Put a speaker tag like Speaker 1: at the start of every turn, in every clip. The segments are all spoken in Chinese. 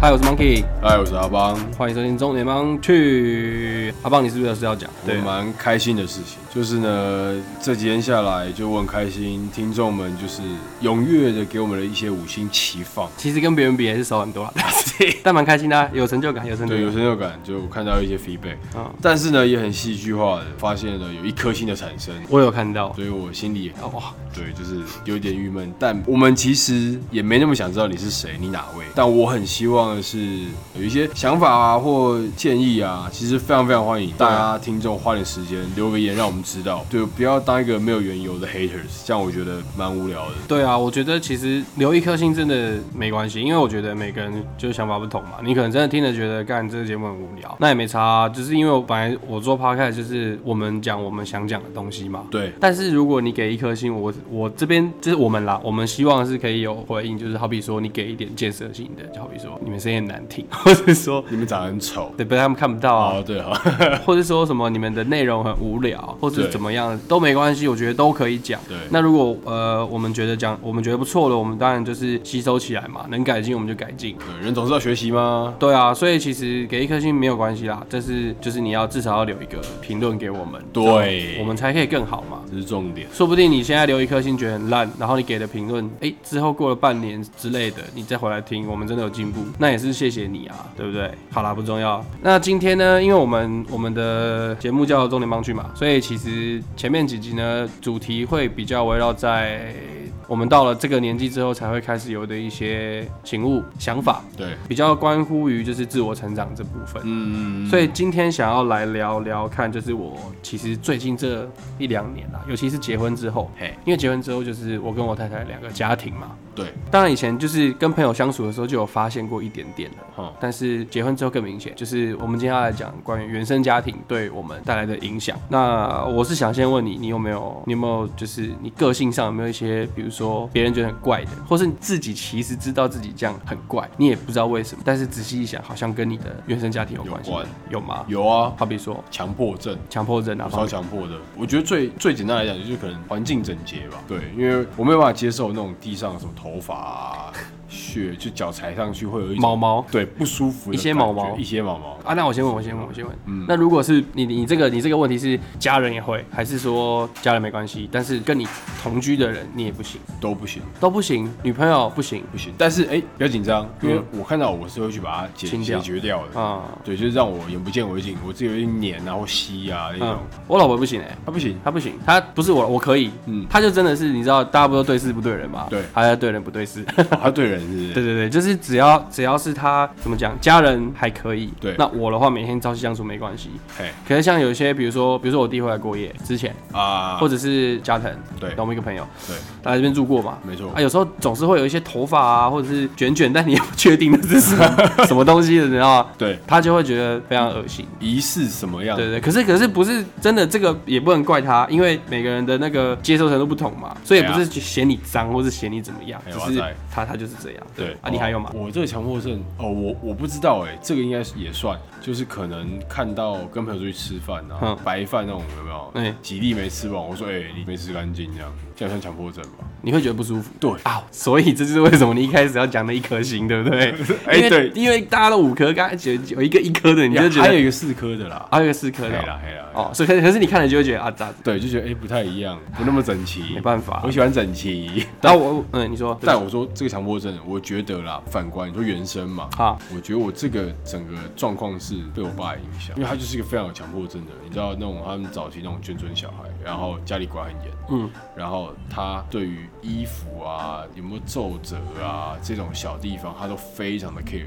Speaker 1: 嗨，我是 Monkey，
Speaker 2: 嗨，哎我是阿邦。
Speaker 1: 欢迎收听中联邦去。阿邦，你是不是有事要讲？
Speaker 2: 我蛮开心的事情，就是呢，这几天下来，就我很开心，听众们就是踊跃的给我们的一些五星齐放，
Speaker 1: 其实跟别人比还是少很多啦，但是 但蛮开心的啊、有成就感，有成就
Speaker 2: 对，有
Speaker 1: 感。
Speaker 2: 成就感，就我看到一些 feedback，
Speaker 1: 嗯，
Speaker 2: 但是呢，也很戏剧化的，发现了有一颗星的产生，
Speaker 1: 我有看到。
Speaker 2: 所以我心里
Speaker 1: 哦哇，
Speaker 2: 对就是有点郁闷，但我们其实也没那么想知道你是谁，你哪位，但我很希望的是有一些想法啊或建议啊，其实非常非常欢迎
Speaker 1: 啊
Speaker 2: 大家听众花点时间留个言，让我们知道，对，不要当一个没有缘由的 haters，这样我觉得蛮无聊的。
Speaker 1: 对啊，我觉得其实留一颗星真的没关系，因为我觉得每个人就是想法不同嘛。你可能真的听了觉得干这个节目很无聊，那也没差、啊，就是因为我本来我做 podcast 就是我们讲我们想讲的东西嘛。
Speaker 2: 对，
Speaker 1: 但是如果你给一颗星，我我这边就是我们啦，我们希望是可以有回应，就是好比说你给一点建设性的，就好比说你们声音很难听， 或者说
Speaker 2: 你们长得很丑。
Speaker 1: 对，被他们看不到啊，
Speaker 2: 哦，对哈，
Speaker 1: 或者说什么你们的内容很无聊，或者
Speaker 2: 对
Speaker 1: 怎么样都没关系，我觉得都可以讲。
Speaker 2: 对
Speaker 1: 那如果呃我们觉得讲我们觉得不错的，我们当然就是吸收起来嘛，能改进我们就改进。
Speaker 2: 对人总是要学习吗？
Speaker 1: 对啊，所以其实给一颗星没有关系啦，但是就是你要至少要留一个评论给我们，
Speaker 2: 对，
Speaker 1: 我们才可以更好嘛。
Speaker 2: 这是重点。
Speaker 1: 说不定你现在留一颗星觉得很烂，然后你给的评论，哎，之后过了半年之类的，你再回来听，我们真的有进步，那也是谢谢你啊，对不对？好啦，不重要。那今天呢，因为我们我们的节目叫重点帮去嘛，所以其实前面几集呢，主题会比较围绕在我们到了这个年纪之后才会开始有的一些醒悟想法，
Speaker 2: 对，
Speaker 1: 比较关乎于就是自我成长这部分。
Speaker 2: 嗯，
Speaker 1: 所以今天想要来聊聊看，就是我其实最近这一两年啦，啊尤其是结婚之后，
Speaker 2: 嘿，
Speaker 1: 因为结婚之后就是我跟我太太两个家庭嘛。
Speaker 2: 对，
Speaker 1: 当然以前就是跟朋友相处的时候就有发现过一点点了，
Speaker 2: 哈，
Speaker 1: 但是结婚之后更明显。就是我们今天要来讲关于原生家庭对我们带来的影响。那我是想先问你，你有没有，你有没有就是你个性上有没有一些，比如说别人觉得很怪的，或是你自己其实知道自己这样很怪，你也不知道为什么，但是仔细一想，好像跟你的原生家庭有关系
Speaker 2: 有关，
Speaker 1: 有吗？
Speaker 2: 有啊，
Speaker 1: 好比说
Speaker 2: 强迫症。
Speaker 1: 强迫症啊，
Speaker 2: 超强迫的。我觉得最最简单来讲，就是可能环境整洁吧。对，因为我没有办法接受那种地上什么头发、啊、血，就脚踩上去会有一种
Speaker 1: 毛毛
Speaker 2: 对不舒服的
Speaker 1: 一些
Speaker 2: 感觉
Speaker 1: 毛毛
Speaker 2: 一些毛毛。
Speaker 1: 啊，那我先问，我先问，我先问。
Speaker 2: 嗯
Speaker 1: 那如果是你，你这个你这个问题是家人也会，还是说家人没关系，但是跟你同居的人你也不行，
Speaker 2: 都不行，
Speaker 1: 都不行，女朋友不行
Speaker 2: 不行。但是哎、不要紧张，因为
Speaker 1: 嗯
Speaker 2: 我看到我是会去把它解
Speaker 1: 清掉
Speaker 2: 解决掉的。
Speaker 1: 啊，
Speaker 2: 对，就是让我眼不见为净，我自己有点黏啊或吸啊
Speaker 1: 嗯
Speaker 2: 那种。，啊
Speaker 1: 我老婆不行哎、
Speaker 2: 他、不行，
Speaker 1: 她不行，她不是我，我可以，嗯
Speaker 2: 嗯，
Speaker 1: 她就真的是你知道，大家不都对事不对人嘛，
Speaker 2: 对
Speaker 1: 她要对人不对事，
Speaker 2: 他对人是不
Speaker 1: 对
Speaker 2: 是
Speaker 1: 对对，就是只要只要是她怎么讲，家人还可以，
Speaker 2: 对
Speaker 1: 那我的话每天朝夕相处没关系，
Speaker 2: 嘿
Speaker 1: 可是像有一些，比如说比如说我弟会来过夜之前，
Speaker 2: 啊，
Speaker 1: 或者是加藤，
Speaker 2: 对
Speaker 1: 我们一个朋友，
Speaker 2: 对，
Speaker 1: 来这边住过嘛，
Speaker 2: 没错
Speaker 1: 啊，有时候总是会有一些头发啊，或者是卷卷，但你也不确定那是什么什么东西的，你知道吗？
Speaker 2: 对，
Speaker 1: 他就会觉得非常恶心。
Speaker 2: 疑似什么样？
Speaker 1: 对对，可是可是不是真的，这个也不能怪他，因为每个人的那个接受程度不同嘛，所以也不是嫌你脏，或是嫌你怎么样，
Speaker 2: 啊哎
Speaker 1: 只
Speaker 2: 哇
Speaker 1: 是
Speaker 2: 塞
Speaker 1: 他他就是这样。
Speaker 2: 对哦
Speaker 1: 啊，你还有吗？
Speaker 2: 我这个强迫症哦，我我不知道哎、这个应该也算，就是可能看到跟朋友出去吃饭啊，
Speaker 1: 嗯
Speaker 2: 白饭那种有没有？
Speaker 1: 哎
Speaker 2: 几粒没吃完，我说哎、你没吃干净这样，这样算强迫症吧？
Speaker 1: 你会觉得不舒服。
Speaker 2: 对
Speaker 1: 啊，所以这就是为什么你一开始要讲那一颗星，对不对？
Speaker 2: 哎
Speaker 1: 因为
Speaker 2: 对
Speaker 1: 因为大家都五颗，刚才觉得有一个一颗的，你就觉
Speaker 2: 还有
Speaker 1: 得啊
Speaker 2: 一个四颗的啦，
Speaker 1: 还有一个四颗
Speaker 2: 黑
Speaker 1: 的
Speaker 2: 啦黑啦，
Speaker 1: 哦，哦所以可可是你看了就会觉得啊，咋
Speaker 2: 对，就觉得哎、不太一样，不那么整齐，
Speaker 1: 没办法
Speaker 2: 我。喜欢整齐。
Speaker 1: 然后我嗯，你说，
Speaker 2: 但我说这个强迫症，我觉得啦，反观你说原生嘛，
Speaker 1: 啊，
Speaker 2: 我觉得我这个整个状况是被我爸影响，因为他就是一个非常有强迫症的人，你知道那种他们早期那种眷村小孩，然后家里管很严，
Speaker 1: 嗯，
Speaker 2: 然后他对于衣服啊有没有皱褶啊这种小地方，他都非常的 care。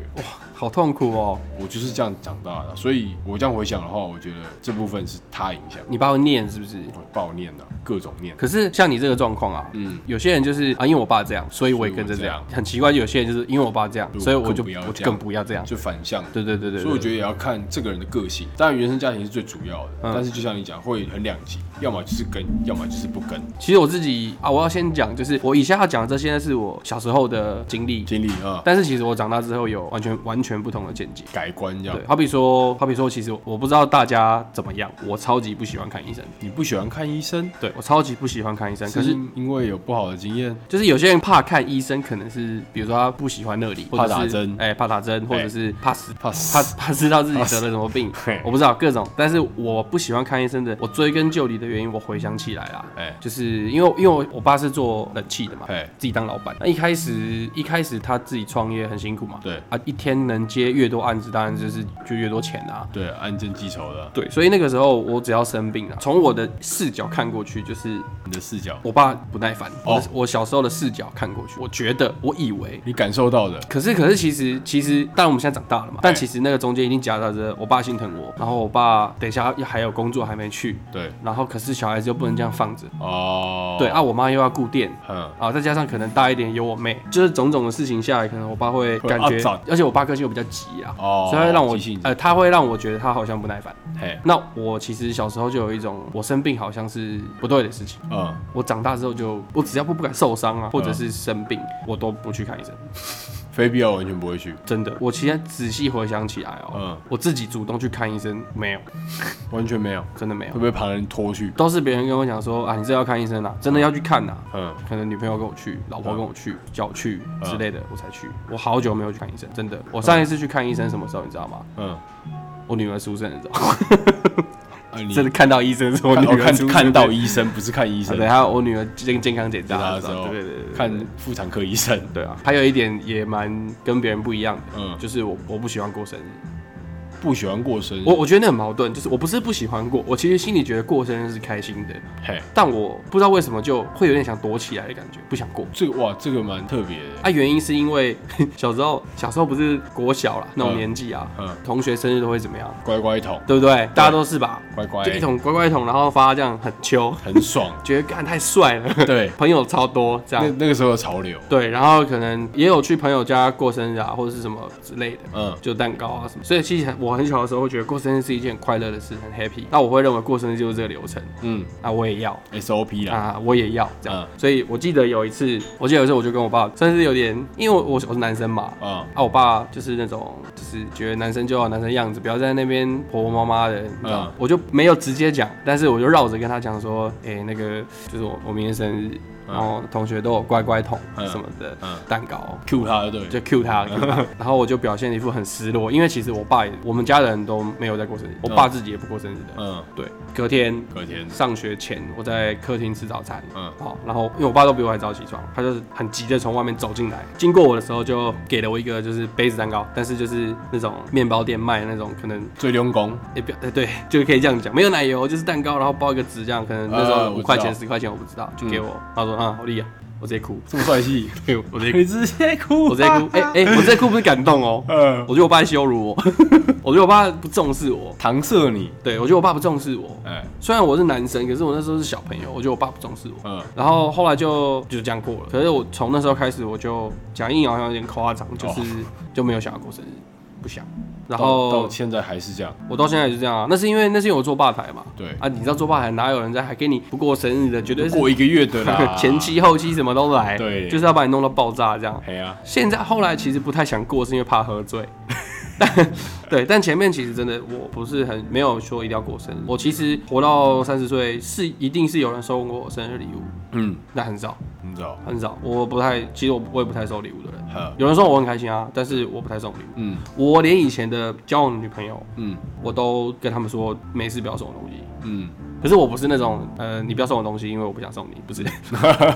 Speaker 1: 好痛苦哦，
Speaker 2: 我就是这样长大的，啊所以我这样回想的话，我觉得这部分是他影响，
Speaker 1: 你爸会念是不是？
Speaker 2: 我暴念啊，各种念，
Speaker 1: 可是像你这个状况啊，
Speaker 2: 嗯，
Speaker 1: 有些人就是啊，因为我爸这样，所以我也跟着这样
Speaker 2: 所以我。
Speaker 1: 很奇怪，有些人就是因为我爸这样，
Speaker 2: 就
Speaker 1: 所以我就
Speaker 2: 更不要
Speaker 1: 我
Speaker 2: 这
Speaker 1: 就
Speaker 2: 样
Speaker 1: 更不要这样。
Speaker 2: 就反向。
Speaker 1: 对对对对，
Speaker 2: 所以我觉
Speaker 1: 得
Speaker 2: 得也要看这个人的个性，当然原生家庭是最主要的，
Speaker 1: 嗯
Speaker 2: 但是就像你讲，会很两极，要么就是跟，要么就是不跟。
Speaker 1: 其实我自己啊，我要先讲，就是我以下要讲的这些呢，是我小时候的经历，
Speaker 2: 经理啊，
Speaker 1: 但是其实我长大之后有完全完全不同的见解。
Speaker 2: 改观这样
Speaker 1: 对，。好比说，好比说，其实我不知道大家怎么样，我超级不喜欢看医生，
Speaker 2: 你不喜欢看医生，
Speaker 1: 对我超级不喜欢看医生，可
Speaker 2: 可是
Speaker 1: 是。
Speaker 2: 因为有不好的经验，
Speaker 1: 就是有些人怕看医生，可能是比如说他不喜欢那里，或者是
Speaker 2: 怕打针
Speaker 1: 哎、怕打针，或者是怕死，
Speaker 2: 怕
Speaker 1: 怕
Speaker 2: 死。
Speaker 1: 怕知道自己得了什么病
Speaker 2: 哦嘿，
Speaker 1: 我不知道各种。但是我不喜欢看医生的，我追根究底的原因，我回想起来啦，
Speaker 2: 哎
Speaker 1: 就是因为因为我我爸是做冷气的嘛，
Speaker 2: 哎，
Speaker 1: 自己当老板。那一开始一开始他自己创业很辛苦嘛，
Speaker 2: 对
Speaker 1: 啊，一天能接越多案子，当然就是就越多钱啊。
Speaker 2: 对，按正记仇的，
Speaker 1: 对，所以那个时候我只要生病了，从我的视角看过去，就是
Speaker 2: 你的视角，
Speaker 1: 我爸不耐烦。
Speaker 2: 哦
Speaker 1: 我的我小时候的视角看过去，我觉得我以为
Speaker 2: 你感受到的，
Speaker 1: 可是，可是，其实，其实，当然我们现在长大了嘛，但
Speaker 2: 嗯对
Speaker 1: 其实那个中间一定夹杂着我爸心疼我，然后我爸等一下要还有工作还没去，
Speaker 2: 对，
Speaker 1: 然后可是小孩子又不能这样放着，
Speaker 2: 哦，
Speaker 1: 对啊，，我妈又要顾店。
Speaker 2: 嗯，
Speaker 1: 啊，再加上可能大一点有我妹，就是种种的事情下来，可能我爸会
Speaker 2: 会
Speaker 1: 感
Speaker 2: 啊
Speaker 1: 觉
Speaker 2: 长，
Speaker 1: 而且我爸个性又比较急啊，
Speaker 2: 哦，
Speaker 1: 所以他会让我
Speaker 2: 急性子，
Speaker 1: 呃，他会让我觉得他好像不耐烦。
Speaker 2: 嘿，
Speaker 1: 那我其实小时候就有一种，我生病好像是不对的事情。
Speaker 2: 嗯，
Speaker 1: 我长大之后就，我只要不不敢受伤啊，或者是生病，
Speaker 2: 嗯
Speaker 1: 我都不去看医生。
Speaker 2: 非必要完全不会去，
Speaker 1: 真的，我其实仔细回想起来哦、
Speaker 2: 嗯
Speaker 1: 我自己主动去看医生没有，
Speaker 2: 完全没有，
Speaker 1: 真的没有
Speaker 2: 会，被旁人拖去，
Speaker 1: 都是别人跟我讲说啊，你这要看医生啊，真的要去看呐、啊。
Speaker 2: 嗯，
Speaker 1: 可能女朋友跟我去，老婆跟我去，叫我去之类的，
Speaker 2: 嗯
Speaker 1: 我才去。我好久没有去看医生，真的。我上一次去看医生什么时候，你知道吗？
Speaker 2: 嗯，
Speaker 1: 我女儿出生的时候，
Speaker 2: 啊，你
Speaker 1: 真的看到医生是我
Speaker 2: 看
Speaker 1: 女
Speaker 2: 哦
Speaker 1: 儿出
Speaker 2: 看
Speaker 1: 生
Speaker 2: 看到
Speaker 1: 医
Speaker 2: 医生，不是看医生，
Speaker 1: 对，还有我女儿健健康检查
Speaker 2: 大
Speaker 1: 的
Speaker 2: 的
Speaker 1: 时
Speaker 2: 时
Speaker 1: 候，
Speaker 2: 候
Speaker 1: 对对对对，对
Speaker 2: 看妇产科医生，
Speaker 1: 对啊。还有一点也蛮跟别人不一样的，
Speaker 2: 嗯，
Speaker 1: 就是我我不喜欢过生日。
Speaker 2: 不喜欢过生日
Speaker 1: 我，我觉得那很矛盾，就是我不是不喜欢过，我其实心里觉得过生日是开心的，
Speaker 2: 嘿，
Speaker 1: 但我不知道为什么就会有点想躲起来的感觉，不想过。
Speaker 2: 这个哇，这个蛮特别的，
Speaker 1: 啊，原因是因为 小时候小时候不是国小啦那种
Speaker 2: 嗯
Speaker 1: 年纪啊，
Speaker 2: 嗯，
Speaker 1: 同学生日都会怎么样，
Speaker 2: 乖乖桶，
Speaker 1: 对不对？大家都是吧，
Speaker 2: 乖乖
Speaker 1: 就，一桶乖乖桶，然后发这样很秋，，
Speaker 2: 很爽
Speaker 1: 觉得干太帅了，
Speaker 2: 对，
Speaker 1: 朋友超多这
Speaker 2: 那
Speaker 1: 样。
Speaker 2: 那个时候的潮流，
Speaker 1: 对，然后可能也有去朋友家过生日啊，或者是什么之类的。
Speaker 2: 嗯，
Speaker 1: 就蛋糕啊什么。所以其实我很小的时候会觉得过生日是一件很快乐的事，很 happy。那我会认为过生日就是这个流程
Speaker 2: 嗯
Speaker 1: 啊，我也要。
Speaker 2: ，SOP 啦，
Speaker 1: 啊，我也要这样，
Speaker 2: 嗯
Speaker 1: 所以我记得有一次，我记得有一次我就跟我爸，算是有点，因为我我是男生嘛，
Speaker 2: 啊，
Speaker 1: 啊，我爸就是那种，就是觉得男生就要男生样子，不要在那边婆婆妈妈的，你知道
Speaker 2: 嗯
Speaker 1: 我就没有直接讲，但是我就绕着跟他讲说，哎、那个就是我我明天生日，
Speaker 2: 嗯
Speaker 1: 然后同学都有乖乖桶
Speaker 2: 嗯
Speaker 1: 什么的、
Speaker 2: 嗯
Speaker 1: 蛋糕，
Speaker 2: ，Q 他就对了，
Speaker 1: 就 Q 他 Q 他，然后我就表现一副很失落，因为其实我爸也，我们家人都没有在过生日，我爸自己也不过生日的。
Speaker 2: 嗯，
Speaker 1: 对，隔天
Speaker 2: 隔天，
Speaker 1: 上学前，我在客厅吃早餐，
Speaker 2: 嗯
Speaker 1: 好，然后因为我爸都比我还早起床，他就是很急的从外面走进来，经过我的时候就给了我一个就是杯子蛋糕，但是就是那种面包店卖的那种，可能
Speaker 2: 最用功，
Speaker 1: 也不要，呃对，就可以这样讲，没有奶油就是蛋糕，然后包一个纸这样，可能那时候
Speaker 2: 啊我知道
Speaker 1: 五块钱十块钱我不知道，就给我，他说啊好厉害，我直接 哭，
Speaker 2: 这么帅气，
Speaker 1: 对，我直接哭，
Speaker 2: 你直接哭，啊
Speaker 1: 我直接哭，哎、哎、我直接哭不是感动 哦，
Speaker 2: 呃，
Speaker 1: 我觉得我爸在羞辱我， 我觉得我爸不重视我，
Speaker 2: 搪塞你，
Speaker 1: 对我觉得我爸不重视我。
Speaker 2: 哎，
Speaker 1: 虽然我是男生，可是我那时候是小朋友，我觉得我爸不重视我。
Speaker 2: 嗯，
Speaker 1: 然后后来就就这样过了。可是我从那时候开始，我就讲硬好像有点夸张，就是、
Speaker 2: 哦
Speaker 1: 就没有想要过生日，不想。然
Speaker 2: 到
Speaker 1: 后
Speaker 2: 到现在还是这样，
Speaker 1: 我到现在也是这样啊，那是因为那是因为我做吧台嘛。
Speaker 2: 对，
Speaker 1: 啊，你知道做吧台哪有人在还给你不过生日的，绝对是，
Speaker 2: 过一个月的啦
Speaker 1: 前期后期什么都来，
Speaker 2: 对
Speaker 1: 就是要把你弄到爆炸这样。
Speaker 2: 嘿啊，
Speaker 1: 现在后来其实不太想过，是因为怕喝 醉。 但对，但前面其实真的我不是很没有说一定要过生日。我其实活到三十岁是一定是有人送过我生日礼物，
Speaker 2: 嗯，
Speaker 1: 那很少
Speaker 2: 你知道，
Speaker 1: 很少。我不太，其实我我也不太收礼物的人。
Speaker 2: 呵，
Speaker 1: 有人送我很开心啊，但是我不太送礼物。
Speaker 2: 嗯
Speaker 1: 我连以前的交往的女朋友，
Speaker 2: 嗯
Speaker 1: 我都跟他们说没事不要送我东西。
Speaker 2: 嗯，
Speaker 1: 可是我不是那种呃，你不要送我东西，因为我不想送你， 不是，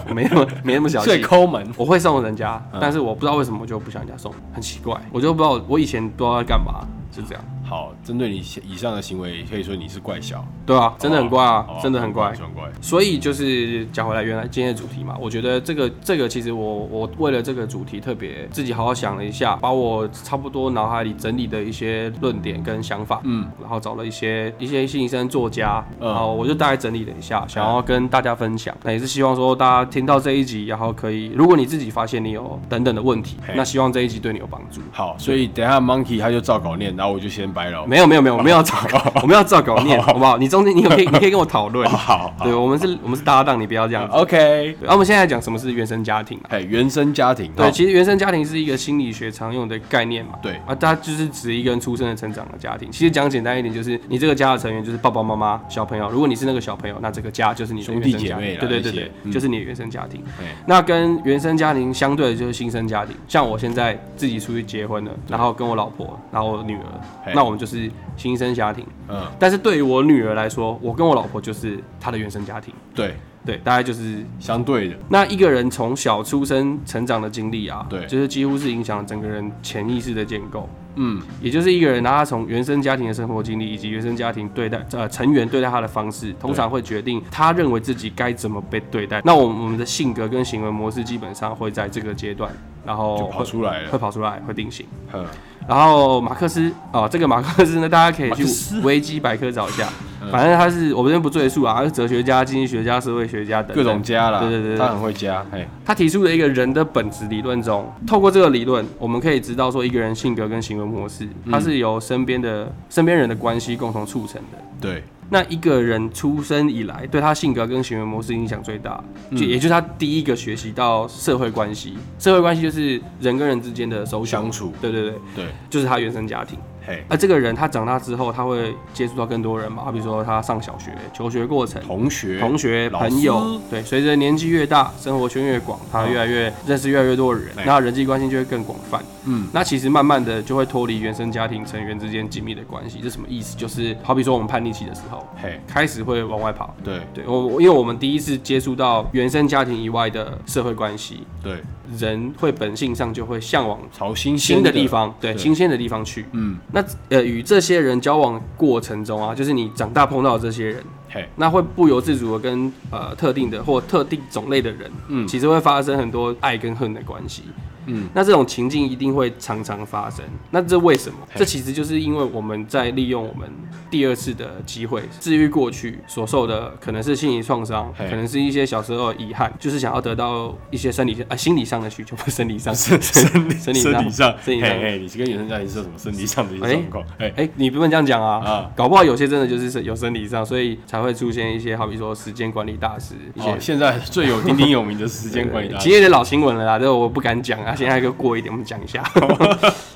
Speaker 1: 我没那么没那么小气。
Speaker 2: 最抠门，
Speaker 1: 我会送人家，
Speaker 2: 嗯
Speaker 1: 但是我不知道为什么我就不想人家送，很奇怪，我就不知道我以前不知道在干嘛，就这样。
Speaker 2: 好，针对你以上的行为，可以说你是怪小，
Speaker 1: 对啊，真的很怪
Speaker 2: 好
Speaker 1: 啊
Speaker 2: 吧，
Speaker 1: 真的很怪。
Speaker 2: 很怪，
Speaker 1: 所以就是讲回来，原来今天的主题嘛，我觉得这个这个其实我我为了这个主题特别自己好好想了一下，把我差不多脑海里整理的一些论点跟想法，
Speaker 2: 嗯，
Speaker 1: 然后找了一些一些心理生作家，
Speaker 2: 嗯
Speaker 1: 然后我就大概整理了一下，想要跟大家分享。那也是希望说大家听到这一集，然后可以，如果你自己发现你有等等的问题
Speaker 2: 嘿，
Speaker 1: 那希望这一集对你有帮助。
Speaker 2: 好，所以等一下 Monkey 他就照稿念，然后我就先掰了哦。
Speaker 1: 没有没有没有，我们要照稿，我们要照稿 念，好不好？你中间你有可以，你可以跟我讨论。
Speaker 2: 好好
Speaker 1: 对，我们是，我们是搭档，你不要这样子。
Speaker 2: ，OK。
Speaker 1: 对，啊，我们现在讲什么是原生家庭啊？
Speaker 2: 哎，原生家庭，
Speaker 1: 对，
Speaker 2: 哦
Speaker 1: 其实原生家庭是一个心理学常用的概念嘛。
Speaker 2: 对
Speaker 1: 啊，它就是指一个人出生的成长的家庭。其实讲简单一点，就是你这个家的成员就是爸爸妈妈、小朋友。如果你是那个小朋友，那这个家就是你的
Speaker 2: 兄
Speaker 1: 原
Speaker 2: 弟
Speaker 1: 生家
Speaker 2: 姐妹
Speaker 1: 庭。
Speaker 2: 啦
Speaker 1: 对对
Speaker 2: 那
Speaker 1: 对
Speaker 2: 些
Speaker 1: 对，
Speaker 2: 嗯
Speaker 1: 就是你的原生家庭。
Speaker 2: 哎
Speaker 1: 那跟原生家庭相对的就是新生家庭，像我现在自己出去结婚了，然后跟我老婆，然后我女
Speaker 2: 嘿
Speaker 1: 儿，那我们就是新生家庭。
Speaker 2: 嗯，
Speaker 1: 但是对于我女儿来说，我跟我老婆就是她的原生家庭，
Speaker 2: 对，
Speaker 1: 对，大概就是
Speaker 2: 相对的，
Speaker 1: 那一个人从小出生成长的经历啊，
Speaker 2: 对
Speaker 1: 就是几乎是影响整个人潜意识的建构。
Speaker 2: 嗯，
Speaker 1: 也就是一个人，他从原生家庭的生活经历以及原生家庭对待呃成员对待他的方式，通常会决定他认为自己该怎么被对待。那我们我们的性格跟行为模式基本上会在这个阶段，然后
Speaker 2: 就跑
Speaker 1: 会
Speaker 2: 出来
Speaker 1: 哦会
Speaker 2: 了。
Speaker 1: 跑出来，会定型。
Speaker 2: 嗯，
Speaker 1: 然后马克思啊、这个马克思呢， 大家可以去
Speaker 2: 马克思
Speaker 1: 维基百科找一下
Speaker 2: 嗯。
Speaker 1: 反正他是我们这边不赘述啊，他是哲学家、经济学家、社会学家等等
Speaker 2: 各种加啦，
Speaker 1: 对对对对
Speaker 2: 他很会加，哎，
Speaker 1: 他提出了一个人的本质理论中，透过这个理论，我们可以知道说一个人性格跟行为模式，
Speaker 2: 嗯
Speaker 1: 它是由身边的身边人的关系共同促成的。
Speaker 2: 对，
Speaker 1: 那一个人出生以来，对他性格跟行为模式影响最大，
Speaker 2: 嗯
Speaker 1: 就也就是他第一个学习到社会关系。社会关系就是人跟人之间的手
Speaker 2: 相处
Speaker 1: 对对对，
Speaker 2: 对，
Speaker 1: 就是他原生家庭。
Speaker 2: 嘿，
Speaker 1: 而这个人他长大之后，他会接触到更多人嘛，好比如说他上小学、求学过程，
Speaker 2: 同学，
Speaker 1: 同学、
Speaker 2: 老师
Speaker 1: 朋友，对，随着年纪越大，生活圈越广，他
Speaker 2: 嗯
Speaker 1: 越来越认识越来越多人
Speaker 2: 对，
Speaker 1: 那人际关系就会更广泛。
Speaker 2: 嗯，
Speaker 1: 那其实慢慢的就会脱离原生家庭成员之间紧密的关系。这什么意思？就是好比说我们叛逆期的时候，
Speaker 2: 嘿，
Speaker 1: 开始会往外跑。
Speaker 2: 对
Speaker 1: 对我，我因为我们第一次接触到原生家庭以外的社会关系，
Speaker 2: 对，
Speaker 1: 人会本性上就会向往
Speaker 2: 朝新
Speaker 1: 新
Speaker 2: 鲜
Speaker 1: 的地，方，对，
Speaker 2: 对
Speaker 1: 新鲜的地方去。
Speaker 2: 嗯，
Speaker 1: 那呃，与这些人交往过程中啊，就是你长大碰到的这些人，
Speaker 2: 嘿，
Speaker 1: 那会不由自主的跟呃特定的或特定种类的人，
Speaker 2: 嗯
Speaker 1: 其实会发生很多爱跟恨的关系。
Speaker 2: 嗯，
Speaker 1: 那这种情境一定会常常发生。那这为什么？
Speaker 2: 嘿
Speaker 1: 这其实就是因为我们在利用我们第二次的机会治愈过去所受的，可能是心理创伤，
Speaker 2: 嘿
Speaker 1: 可能是一些小时候的遗憾，就是想要得到一些生理啊、心理上的需求， 不是生理上，
Speaker 2: 身身
Speaker 1: 生理
Speaker 2: 身体上，
Speaker 1: 生理上
Speaker 2: 嘿，嘿，你是跟原生家庭是什么身体上的一些
Speaker 1: 哎
Speaker 2: 状况？哎，
Speaker 1: 哎、你不能这样讲啊！
Speaker 2: 啊
Speaker 1: 搞不好有些真的就是是有生理上，所以才会出现一些，好比说时间管理大师，一些
Speaker 2: 哦，现在最有鼎鼎有名的时间管理大
Speaker 1: 其
Speaker 2: 师，
Speaker 1: 实有点老新闻了啦，这个我不敢 讲啊，现在就过一点，我们讲一下。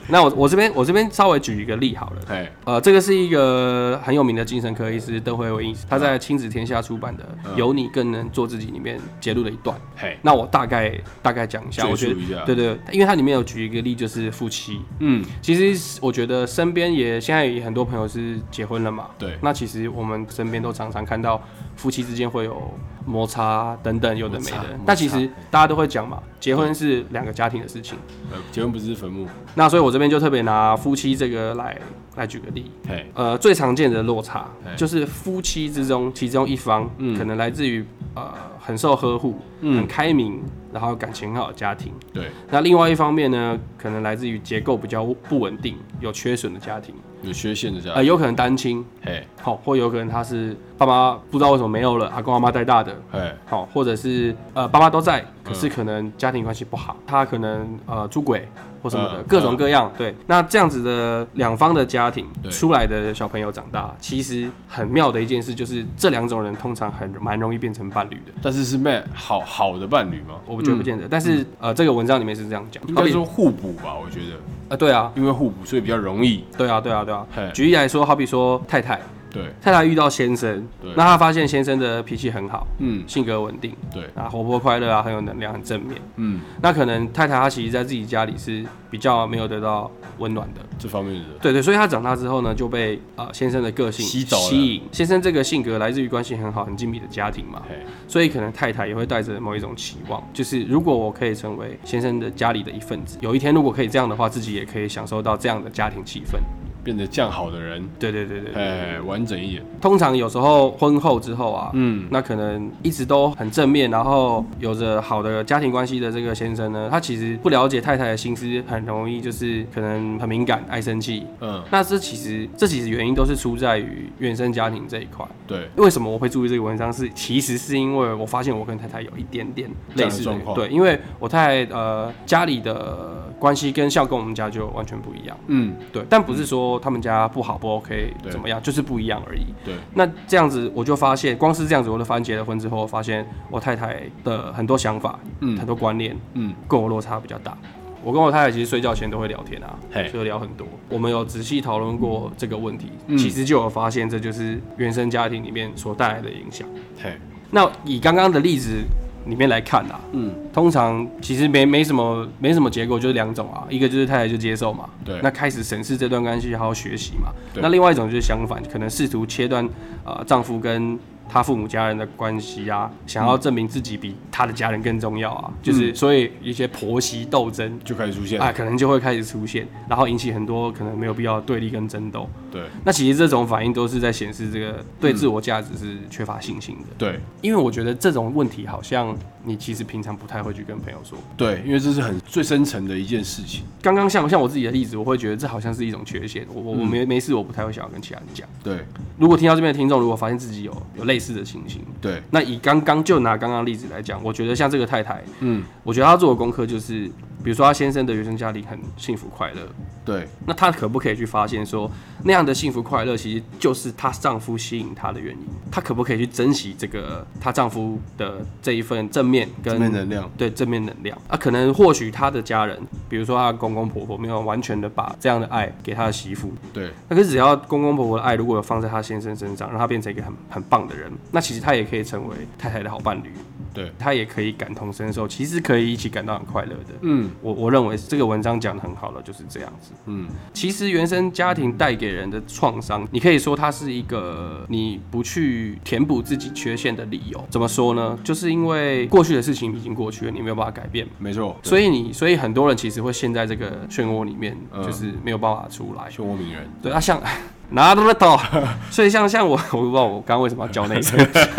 Speaker 1: 那我我这边我这边稍微举一个例好了。
Speaker 2: 嘿，
Speaker 1: 呃，这个是一个很有名的精神科医师邓惠文医师，他在《亲子天下》出版的
Speaker 2: 嗯
Speaker 1: 《有你更能做自己》里面揭露了一段。
Speaker 2: 嘿，
Speaker 1: 那我大概大概讲一下，
Speaker 2: 赘
Speaker 1: 我觉得
Speaker 2: 述一下
Speaker 1: 对对，因为它里面有举一个例，就是夫妻，
Speaker 2: 嗯，
Speaker 1: 其实我觉得身边也现在也很多朋友是结婚了嘛，
Speaker 2: 对
Speaker 1: 那其实我们身边都常常看到夫妻之间会有摩擦等等，有的没
Speaker 2: 摩擦
Speaker 1: 的
Speaker 2: 摩擦。
Speaker 1: 但其实大家都会讲嘛，结婚是两个家庭的事情。
Speaker 2: 呃结婚不是坟墓，
Speaker 1: 那所以我这边就特别拿夫妻这个来来举个例。
Speaker 2: 嘿，
Speaker 1: 呃，最常见的落差
Speaker 2: 哎
Speaker 1: 就是夫妻之中，其中一方
Speaker 2: 嗯
Speaker 1: 可能来自于呃很受呵护、
Speaker 2: 嗯
Speaker 1: 很开明，然后感情很好的家庭。
Speaker 2: 对，
Speaker 1: 那另外一方面呢，可能来自于结构比较不稳定、有缺损的家庭。
Speaker 2: 有缺陷的家
Speaker 1: 呃，有可能单亲，
Speaker 2: 嘿，
Speaker 1: 好、或有可能他是爸妈不知道为什么没有了，阿公阿妈带大的，
Speaker 2: 嘿，
Speaker 1: 好、或者是呃爸妈都
Speaker 2: 嗯
Speaker 1: 在，可是可能家庭关系不好，他可能呃出轨或什么的，
Speaker 2: 嗯
Speaker 1: 各种各样。对，那这样子的两方的家庭
Speaker 2: 对
Speaker 1: 出来的小朋友长大，其实很妙的一件事就是，这两种人通常很蛮容易变成伴侣的。
Speaker 2: 但是是咩好好的伴侣吗？
Speaker 1: 我觉得不见得，但是呃，这个文章里面是这样讲，
Speaker 2: 嗯应
Speaker 1: 好
Speaker 2: 该
Speaker 1: 比
Speaker 2: 说互补吧，我觉得，
Speaker 1: 呃，对啊，
Speaker 2: 因为互补，所以比较容易。
Speaker 1: 对啊，对啊，对啊
Speaker 2: 嘿。
Speaker 1: 举例来说，好比说太太，
Speaker 2: 对，
Speaker 1: 太太遇到先生
Speaker 2: 对，
Speaker 1: 那她发现先生的脾气很好，
Speaker 2: 嗯，
Speaker 1: 性格稳定
Speaker 2: 对，
Speaker 1: 啊，活泼快乐啊，很有能量，很正面。
Speaker 2: 嗯，
Speaker 1: 那可能太太她其实在自己家里是比较没有得到温暖的，
Speaker 2: 这方面的，
Speaker 1: 对对，所以她长大之后呢，就被呃先生的个性
Speaker 2: 吸走了
Speaker 1: 吸引。先生这个性格来自于关系很好、很亲密的家庭嘛，
Speaker 2: 嘿，
Speaker 1: 所以可能太太也会带着某一种期望，就是如果我可以成为先生的家里的一份子，有一天如果可以这样的话，自己也可以享受到这样的家庭气氛。
Speaker 2: 变得这样好的人，
Speaker 1: 对对对对对
Speaker 2: 哎，完整一点。
Speaker 1: 通常有时候婚后之后啊，
Speaker 2: 嗯，
Speaker 1: 那可能一直都很正面，然后有着好的家庭关系的这个先生呢，他其实不了解太太的心思，很容易就是可能很敏感，爱生气。
Speaker 2: 嗯，
Speaker 1: 那这其实这其实原因都是出在于原生家庭这一块。
Speaker 2: 对，
Speaker 1: 为什么我会注意这个文章是？其实是因为我发现我跟太太有一点点类似
Speaker 2: 这样的状况
Speaker 1: 对，因为我太太呃家里的。关系跟孝跟我们家就完全不一样。
Speaker 2: 嗯，
Speaker 1: 对，但不是说他们家不好不 OK
Speaker 2: 对
Speaker 1: 怎么样，就是不一样而已。
Speaker 2: 对，
Speaker 1: 那这样子我就发现，光是这样子，我就发现结了婚之后，发现我太太的很多想法、
Speaker 2: 嗯
Speaker 1: 很多观念
Speaker 2: 嗯，
Speaker 1: 跟我落差比较大。我跟我太太其实睡觉前都会聊天啊
Speaker 2: 嘿，
Speaker 1: 就聊很多。我们有仔细讨论过这个问题，
Speaker 2: 嗯
Speaker 1: 其实就有发现这就是原生家庭里面所带来的影响。
Speaker 2: 嘿，
Speaker 1: 那以刚刚的例子里面来看啊，
Speaker 2: 嗯，
Speaker 1: 通常其实没没什么没什么结果，就是两种啊，一个就是太太就接受嘛，
Speaker 2: 对
Speaker 1: 那开始审视这段关系，好好学习嘛。
Speaker 2: 对
Speaker 1: 那另外一种就是相反，可能试图切断呃丈夫跟他父母家人的关系啊，想要证明自己比他的家人更重要啊，
Speaker 2: 嗯
Speaker 1: 就是所以一些婆媳斗争。
Speaker 2: 就开始出现，
Speaker 1: 啊，可能就会开始出现，然后引起很多可能没有必要的对立跟争斗。
Speaker 2: 对，
Speaker 1: 那其实这种反应都是在显示这个对自我价值是缺乏信心的。
Speaker 2: 对，
Speaker 1: 因为我觉得这种问题好像你其实平常不太会去跟朋友说。
Speaker 2: 对，因为这是很最深层的一件事情，
Speaker 1: 刚刚像像我自己的例子，我会觉得这好像是一种缺陷。我我我没没事，我不太会想要跟其他人讲。
Speaker 2: 对，
Speaker 1: 如果听到这边的听众，如果发现自己有有类似的情形，
Speaker 2: 对，
Speaker 1: 那以刚刚就拿刚刚例子来讲，我觉得像这个太太，
Speaker 2: 嗯，
Speaker 1: 我觉得她做的功课就是，比如说她先生的原生家庭很幸福快乐，
Speaker 2: 对，
Speaker 1: 那她可不可以去发现说那样的幸福快乐其实就是她丈夫吸引她的原因？她可不可以去珍惜这个她丈夫的这一份正面跟
Speaker 2: 正面能量，
Speaker 1: 对正面能量啊，可能或许他的家人，比如说他的公公婆婆，没有完全的把这样的爱给他的媳妇。
Speaker 2: 对，
Speaker 1: 那可是只要公公婆婆的爱如果有放在他先生身上，让他变成一个很很棒的人，那其实他也可以成为太太的好伴侣，
Speaker 2: 对，
Speaker 1: 他也可以感同身受，其实可以一起感到很快乐的。
Speaker 2: 嗯
Speaker 1: 我我认为这个文章讲的很好了，就是这样子。
Speaker 2: 嗯，
Speaker 1: 其实原生家庭带给人的创伤，你可以说它是一个你不去填补自己缺陷的理由。怎么说呢？就是因为过去的事情已经过去了，你没有办法改变。
Speaker 2: 没错，
Speaker 1: 所
Speaker 2: 以
Speaker 1: 以你，所以很多人其实会陷在这个漩涡里面，
Speaker 2: 嗯
Speaker 1: 就是没有办法出来。
Speaker 2: 漩涡鸣人，
Speaker 1: 对啊，像 拿得到， 所以像像我，我不知道我刚刚为什么要教那一声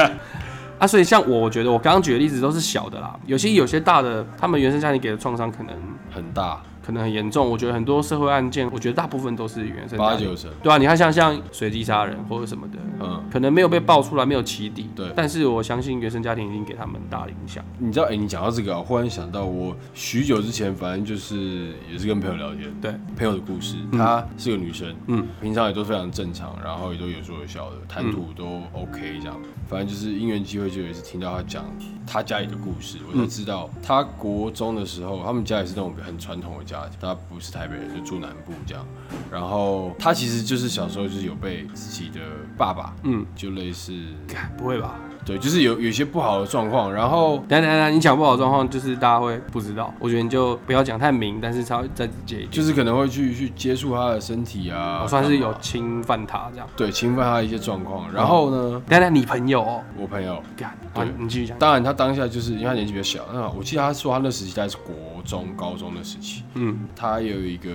Speaker 1: 啊。所以像我，我觉得我刚刚举的例子都是小的啦，有些
Speaker 2: 嗯
Speaker 1: 有些大的，他们原生家庭给的创伤可能
Speaker 2: 很大，
Speaker 1: 可能很严重。我觉得很多社会案件，我觉得大部分都是原生
Speaker 2: 八
Speaker 1: 家庭。
Speaker 2: 九成，
Speaker 1: 对啊，你看像像随机杀人或者什么的，
Speaker 2: 嗯，
Speaker 1: 可能没有被爆出来，没有起底。
Speaker 2: 对
Speaker 1: 但是我相信原生家庭已经给他们很大的影响。
Speaker 2: 你知道，哎、你讲到这个啊，忽然想到我许久之前，反正就是也是跟朋友聊天，
Speaker 1: 对，
Speaker 2: 朋友的故事，
Speaker 1: 嗯
Speaker 2: 她是个女生，
Speaker 1: 嗯，
Speaker 2: 平常也都非常正常，然后也都有说有笑的，谈吐都 OK 这样。反正就是因缘机会，就有一次听到她讲她家里的故事，我才知道她国中的时候，他们家也是那种很传统的家庭，她不是台北人，就住南部这样。然后她其实就是小时候就是有被自己的爸爸，
Speaker 1: 嗯，
Speaker 2: 就类似，
Speaker 1: 干不会吧？
Speaker 2: 对，就是有有一些不好的状况，然后
Speaker 1: 等一下等一下，你讲不好的状况就是大家会不知道。我觉得你就不要讲太明，但是稍微再解一点，
Speaker 2: 就是可能会去去接触她的身体啊，
Speaker 1: 我哦算是
Speaker 2: 干
Speaker 1: 有
Speaker 2: 嘛
Speaker 1: 侵犯他这样。
Speaker 2: 对侵犯她的一些状况。然后呢，
Speaker 1: 等一下你朋友哦，
Speaker 2: 我朋友。
Speaker 1: 干，
Speaker 2: 对
Speaker 1: 啊你继续讲。
Speaker 2: 当然，他当下就是因为他年纪比较小，那我记得他说他那时期大概是国中、高中的时期，
Speaker 1: 嗯
Speaker 2: 他有一个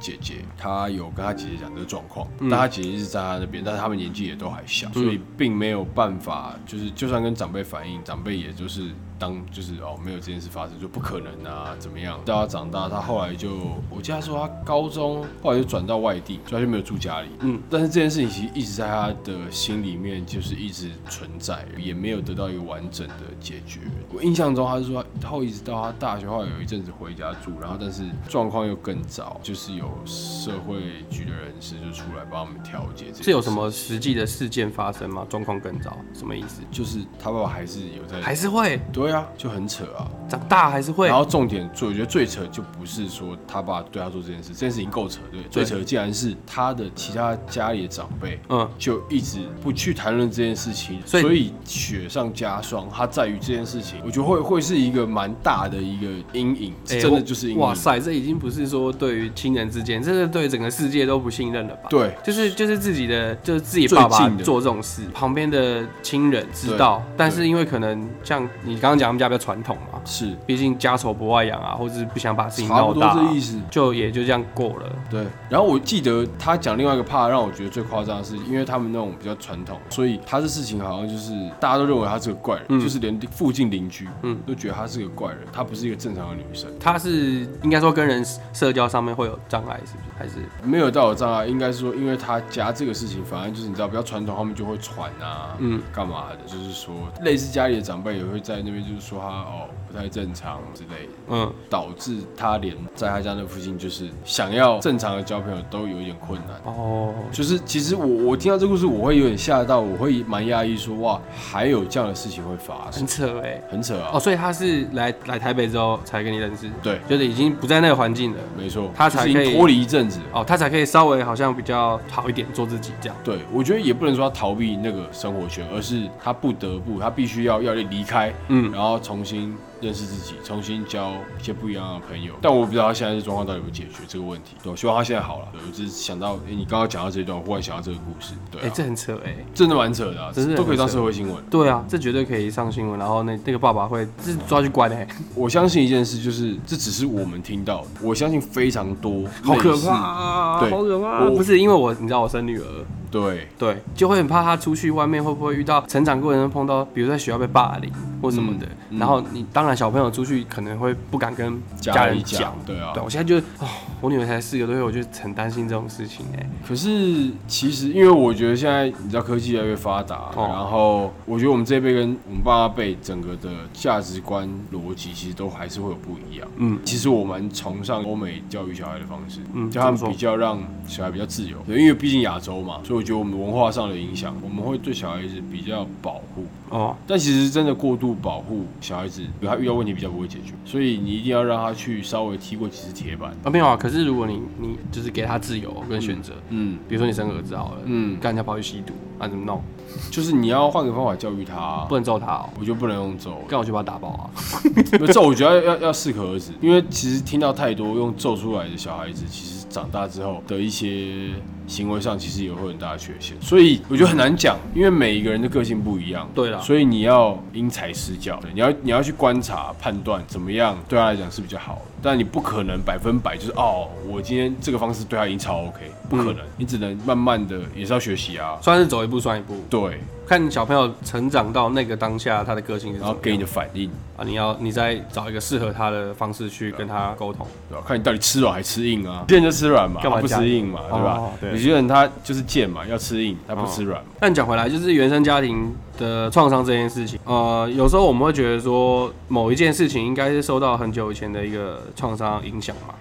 Speaker 2: 姐姐，他有跟他姐姐讲这个状况，
Speaker 1: 嗯
Speaker 2: 但他姐姐是在他那边，但是他们年纪也都还小，所以并没有办法，就是就算跟长辈反映，长辈也就是当就是哦没有这件事发生，就不可能啊怎么样？到他长大，他后来就我记得他说他高中后来就转到外地，所以他就没有住家里，
Speaker 1: 嗯，
Speaker 2: 但是这件事情其实一直在他的心里面就是一直存在，也没有得到一个完整的解决。我印象中，他是说他后一直到他大学后有一阵子回家住，然后但是状况又更糟，就是有社会局的人士就出来帮他们调解。
Speaker 1: 是有什？么实际的事件发生吗？状况更糟，什么意思？
Speaker 2: 就是他爸爸还是有在，
Speaker 1: 还是会
Speaker 2: 对啊，就很扯啊。
Speaker 1: 长大，还是会
Speaker 2: 然后重点最，我觉得最扯就不是说他爸对他做这件事，这件事情够扯，对。对最扯的竟然是他的其他家里的长辈，
Speaker 1: 嗯，
Speaker 2: 就一直不去谈论这件事情，
Speaker 1: 所
Speaker 2: 所
Speaker 1: 以
Speaker 2: 以雪上加霜，它在于这件事情，我觉得会会是一个蛮大的一个阴影，
Speaker 1: 哎
Speaker 2: 真的就是阴影。
Speaker 1: 哇塞，这已经不是说对于亲人之间，这是对整个世界都不信任了吧？，
Speaker 2: 对
Speaker 1: 就是就是自己的，就是自己爸爸
Speaker 2: 最近的
Speaker 1: 做这种事，旁边的亲人知道，但是因为可能像你刚刚讲，他们家比较传统嘛，
Speaker 2: 是
Speaker 1: 毕竟家丑不外扬啊，或者是不想把事情
Speaker 2: 差
Speaker 1: 闹
Speaker 2: 不多
Speaker 1: 大啊、
Speaker 2: 这意思。
Speaker 1: 就也就这样过了。
Speaker 2: 对，然后我记得他讲另外一个怕让我觉得最夸张的是，因为他们那种比较传统，所以他这事情好像就是大家都认为他是个怪人，
Speaker 1: 嗯
Speaker 2: 就是连附近邻居
Speaker 1: 嗯
Speaker 2: 都觉得他是个怪人，他不是一个正常的女生，
Speaker 1: 他是应该说跟人社交上面会有障碍，是不是？还是
Speaker 2: 没有到有障碍，应该是说因为他家这个事情，反正就是你知道比较传统，他们就会传啊，
Speaker 1: 嗯
Speaker 2: 干嘛的，就是说类似家里的长辈也会在那边就是说他哦不太正常之类的，
Speaker 1: 嗯，
Speaker 2: 导致他连在他家那附近就是想要正常的交朋友都有一点困难。
Speaker 1: 哦，
Speaker 2: 就是其实我我听到这故事，我会有点吓到，我会蛮压抑说哇，还有这样的事情会发
Speaker 1: 很
Speaker 2: 生，
Speaker 1: 扯哎。
Speaker 2: 很扯啊。
Speaker 1: 哦，所以他是来来台北之后才跟你认识，
Speaker 2: 对，
Speaker 1: 就是已经不在那个环境了。
Speaker 2: 没错，
Speaker 1: 他
Speaker 2: 就是
Speaker 1: 才
Speaker 2: 已
Speaker 1: 可
Speaker 2: 经
Speaker 1: 以
Speaker 2: 脱离一阵子了。
Speaker 1: 哦，他才可以稍微好像比较好一点做自己这样。
Speaker 2: 对，我觉得也不能说他逃避那个生活圈，而是他不得不，他必须要要离开，
Speaker 1: 嗯
Speaker 2: 然后重新认识自己，重新交一些不一样的朋友。但我不知道他现在的状况到底有没有解决这个问题。对我希望他现在好了。对我只是想到，哎，你刚刚讲到这一段，我忽然想到这个故事，对、啊
Speaker 1: 哎、这很扯哎、
Speaker 2: 真的蛮扯的、啊，
Speaker 1: 真的
Speaker 2: 都可以当
Speaker 1: 很扯
Speaker 2: 社会新闻。
Speaker 1: 对啊，这绝对可以上新闻，然后那那个爸爸会这是抓去关哎、
Speaker 2: 我相信一件事，就是这只是我们听到的，我相信非常多，
Speaker 1: 好可怕、！啊，
Speaker 2: 对
Speaker 1: 好可怕、啊！
Speaker 2: 我
Speaker 1: 不是因为我，你知道我生女儿，
Speaker 2: 对，
Speaker 1: 对，就会很怕她出去外面会不会遇到成长过程中碰到，比如在学校被霸凌或什么的。
Speaker 2: 嗯嗯
Speaker 1: 然后你当然小朋友出去可能会不敢跟
Speaker 2: 家
Speaker 1: 家
Speaker 2: 人
Speaker 1: 人
Speaker 2: 讲
Speaker 1: 讲。，
Speaker 2: 对啊
Speaker 1: 对，，我现在就哦，我女儿才四个多月，我就很担心这种事情哎、
Speaker 2: 可是其实，因为我觉得现在你知道科技越来越发达，
Speaker 1: 哦
Speaker 2: 然后我觉得我们这一辈跟我们爸妈辈整个的价值观逻辑其实都还是会有不一样。
Speaker 1: 嗯，
Speaker 2: 其实我蛮崇尚欧美教育小孩的方式，
Speaker 1: 嗯
Speaker 2: 就他们
Speaker 1: 怎么说
Speaker 2: 比较让小孩比较自由，对因为毕竟亚洲嘛，所以我觉得我们文化上的影响，我们会对小孩子比较保护。
Speaker 1: 哦，
Speaker 2: 但其实真的过度保护小孩子，比如他遇到问题比较不会解决，所以你一定要让他去稍微踢过几次铁板。
Speaker 1: 啊没有啊，可是如果你你就是给她自由跟选择，
Speaker 2: 嗯
Speaker 1: 比如说你生儿子好了，
Speaker 2: 嗯，
Speaker 1: 干人家跑去吸毒，啊怎么弄？
Speaker 2: 就是你要换个方法教育他
Speaker 1: 不。能揍他哦，
Speaker 2: 我就不能用咒，
Speaker 1: 干我就把他打爆啊！
Speaker 2: 不咒我觉得要要要适可而止，因为其实听到太多用咒出来的小孩子，其实长大之后的一些行为上，其实也会有很大的缺陷，所以我觉得很难讲，因为每一个人的个性不一样，
Speaker 1: 对啦
Speaker 2: 所以你要因材施教，对你要你要去观察判断怎么样对他来讲是比较好的，但你不可能百分百就是哦，我今天这个方式对他已经超 OK，不
Speaker 1: 嗯
Speaker 2: 可能，你只能慢慢的也是要学习啊，
Speaker 1: 算是走一步算一步，
Speaker 2: 对，
Speaker 1: 看小朋友成长到那个当下，他的个性是怎么
Speaker 2: 然后
Speaker 1: 样
Speaker 2: 哦给你的反应，
Speaker 1: 啊，你要你再找一个适合他的方式去跟他沟通。
Speaker 2: 对吧？看你到底吃软还吃硬啊？见就吃软嘛，
Speaker 1: 干嘛
Speaker 2: 他不
Speaker 1: 加
Speaker 2: 吃硬嘛，对吧
Speaker 1: 哦？对
Speaker 2: 有些人他就是贱嘛，要吃硬，他不吃软嘛。
Speaker 1: 但讲回来，就是原生家庭的创伤这件事情，呃，有时候我们会觉得说，某一件事情应该是受到很久以前的一个创伤影响嘛。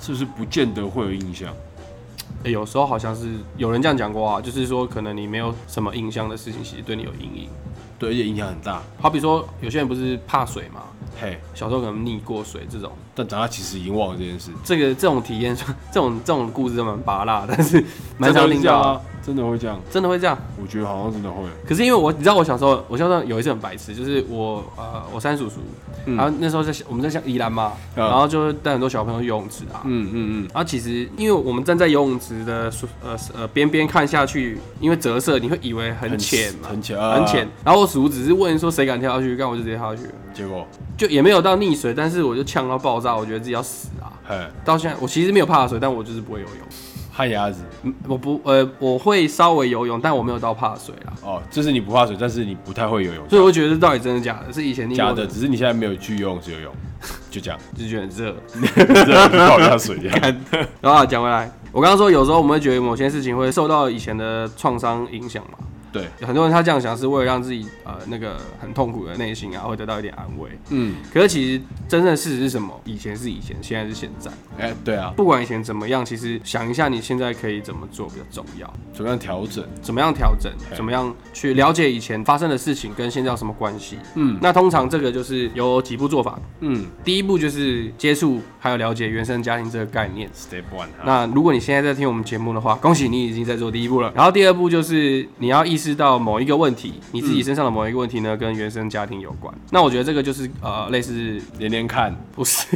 Speaker 2: 是不是不见得会有印象？
Speaker 1: 诶有时候好像是有人这样讲过啊，就是说可能你没有什么印象的事情，其实对你有阴影。
Speaker 2: 对，而且影响很大。
Speaker 1: 好比说，有些人不是怕水嘛，
Speaker 2: 嘿，
Speaker 1: 小时候可能溺过水这种，
Speaker 2: 但长大其实已经忘了这件事，
Speaker 1: 这个这种体验， 这种这种故事都蛮拔辣，但是蛮
Speaker 2: 真的
Speaker 1: 常
Speaker 2: 会
Speaker 1: 听
Speaker 2: 这样
Speaker 1: 到，
Speaker 2: 啊，真的会这样。
Speaker 1: 真的会这样。
Speaker 2: 我觉得好像真的会。
Speaker 1: 可是因为我，你知道我小时候，我小时候有一次很白痴，就是我呃，我三叔叔，
Speaker 2: 嗯
Speaker 1: 然后那时候在我们在像宜兰嘛，
Speaker 2: 嗯
Speaker 1: 然后就带很多小朋友去游泳池啊。
Speaker 2: 嗯嗯嗯，
Speaker 1: 然后其实，因为我们站在游泳池的呃呃边边看下去，因为折射，你会以为很浅嘛，
Speaker 2: 很浅，呃啊
Speaker 1: 很浅。。然后我叔叔只是问说谁敢跳下去，干我就直接跳下去了，
Speaker 2: 结果，
Speaker 1: 就也没有到溺水，但是我就呛到爆炸，我觉得自己要死啊！
Speaker 2: 嘿，
Speaker 1: 到现在我其实没有怕水，但我就是不会游泳。
Speaker 2: 旱鸭子。
Speaker 1: 嗯我不呃，我会稍微游泳，但我没有到怕水啦。
Speaker 2: 哦，这是你不怕水，但是你不太会游泳。
Speaker 1: 所以我觉得到底真的假的，是以前溺
Speaker 2: 假
Speaker 1: 过
Speaker 2: 的，只是你现在没有去游泳池游 泳，就这样，
Speaker 1: 就觉得很热。
Speaker 2: 泡一下水这样。
Speaker 1: 然后啊讲回来，我刚刚说有时候我们会觉得某些事情会受到以前的创伤影响嘛。
Speaker 2: 对，
Speaker 1: 很多人他这样想是为了让自己呃那个很痛苦的内心啊，会得到一点安慰。
Speaker 2: 嗯，
Speaker 1: 可是其实真正的事实是什么？以前是以前，现在是现在。
Speaker 2: 哎，对啊，
Speaker 1: 不管以前怎么样，其实想一下你现在可以怎么做比较重要，
Speaker 2: 怎么样调整？
Speaker 1: 怎么样调整，
Speaker 2: 嘿
Speaker 1: 怎么样去了解以前发生的事情跟现在有什么关系。
Speaker 2: 嗯
Speaker 1: 那通常这个就是有几步做法，
Speaker 2: 嗯
Speaker 1: 第一步就是接触还有了解原生家庭这个概念。
Speaker 2: ，Step One 哈。
Speaker 1: 那如果你现在在听我们节目的话，恭喜你已经在做第一步了。然后第二步就是你要意识到某一个问题，你自己身上的某一个问题呢，跟原生家庭有关。那我觉得这个就是呃，类似
Speaker 2: 连连看，
Speaker 1: 不 是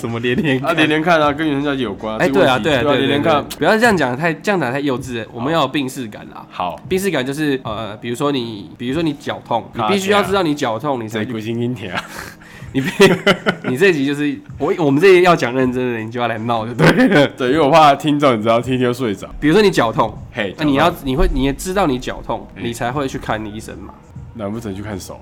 Speaker 1: 怎么连连
Speaker 2: 啊，
Speaker 1: 看
Speaker 2: 连连看啊，跟原生家庭有关、
Speaker 1: 哎、
Speaker 2: 这个
Speaker 1: 对啊，
Speaker 2: 问题
Speaker 1: 对啊，对啊
Speaker 2: 连连
Speaker 1: 对啊啊
Speaker 2: 看，
Speaker 1: 不要这样讲太这样讲太幼稚了，欸我们要有病视感啦。
Speaker 2: 好，
Speaker 1: 病视感就是呃，比如说你，比如说你脚痛，你
Speaker 2: 啊
Speaker 1: 必须
Speaker 2: 对啊
Speaker 1: 要知道你脚痛，你才
Speaker 2: 谁
Speaker 1: 去
Speaker 2: 鬼心 听听啊？
Speaker 1: 你必你这集就是我我们这集要讲认真的，你就要来闹，对不对？
Speaker 2: 对，因为我怕听众你知道听听就睡着，
Speaker 1: 比如说你脚痛，
Speaker 2: 嘿，
Speaker 1: 那你要你会你也知道你脚痛，
Speaker 2: 嗯
Speaker 1: 你才会去看医生嘛。
Speaker 2: 难不成去 看手？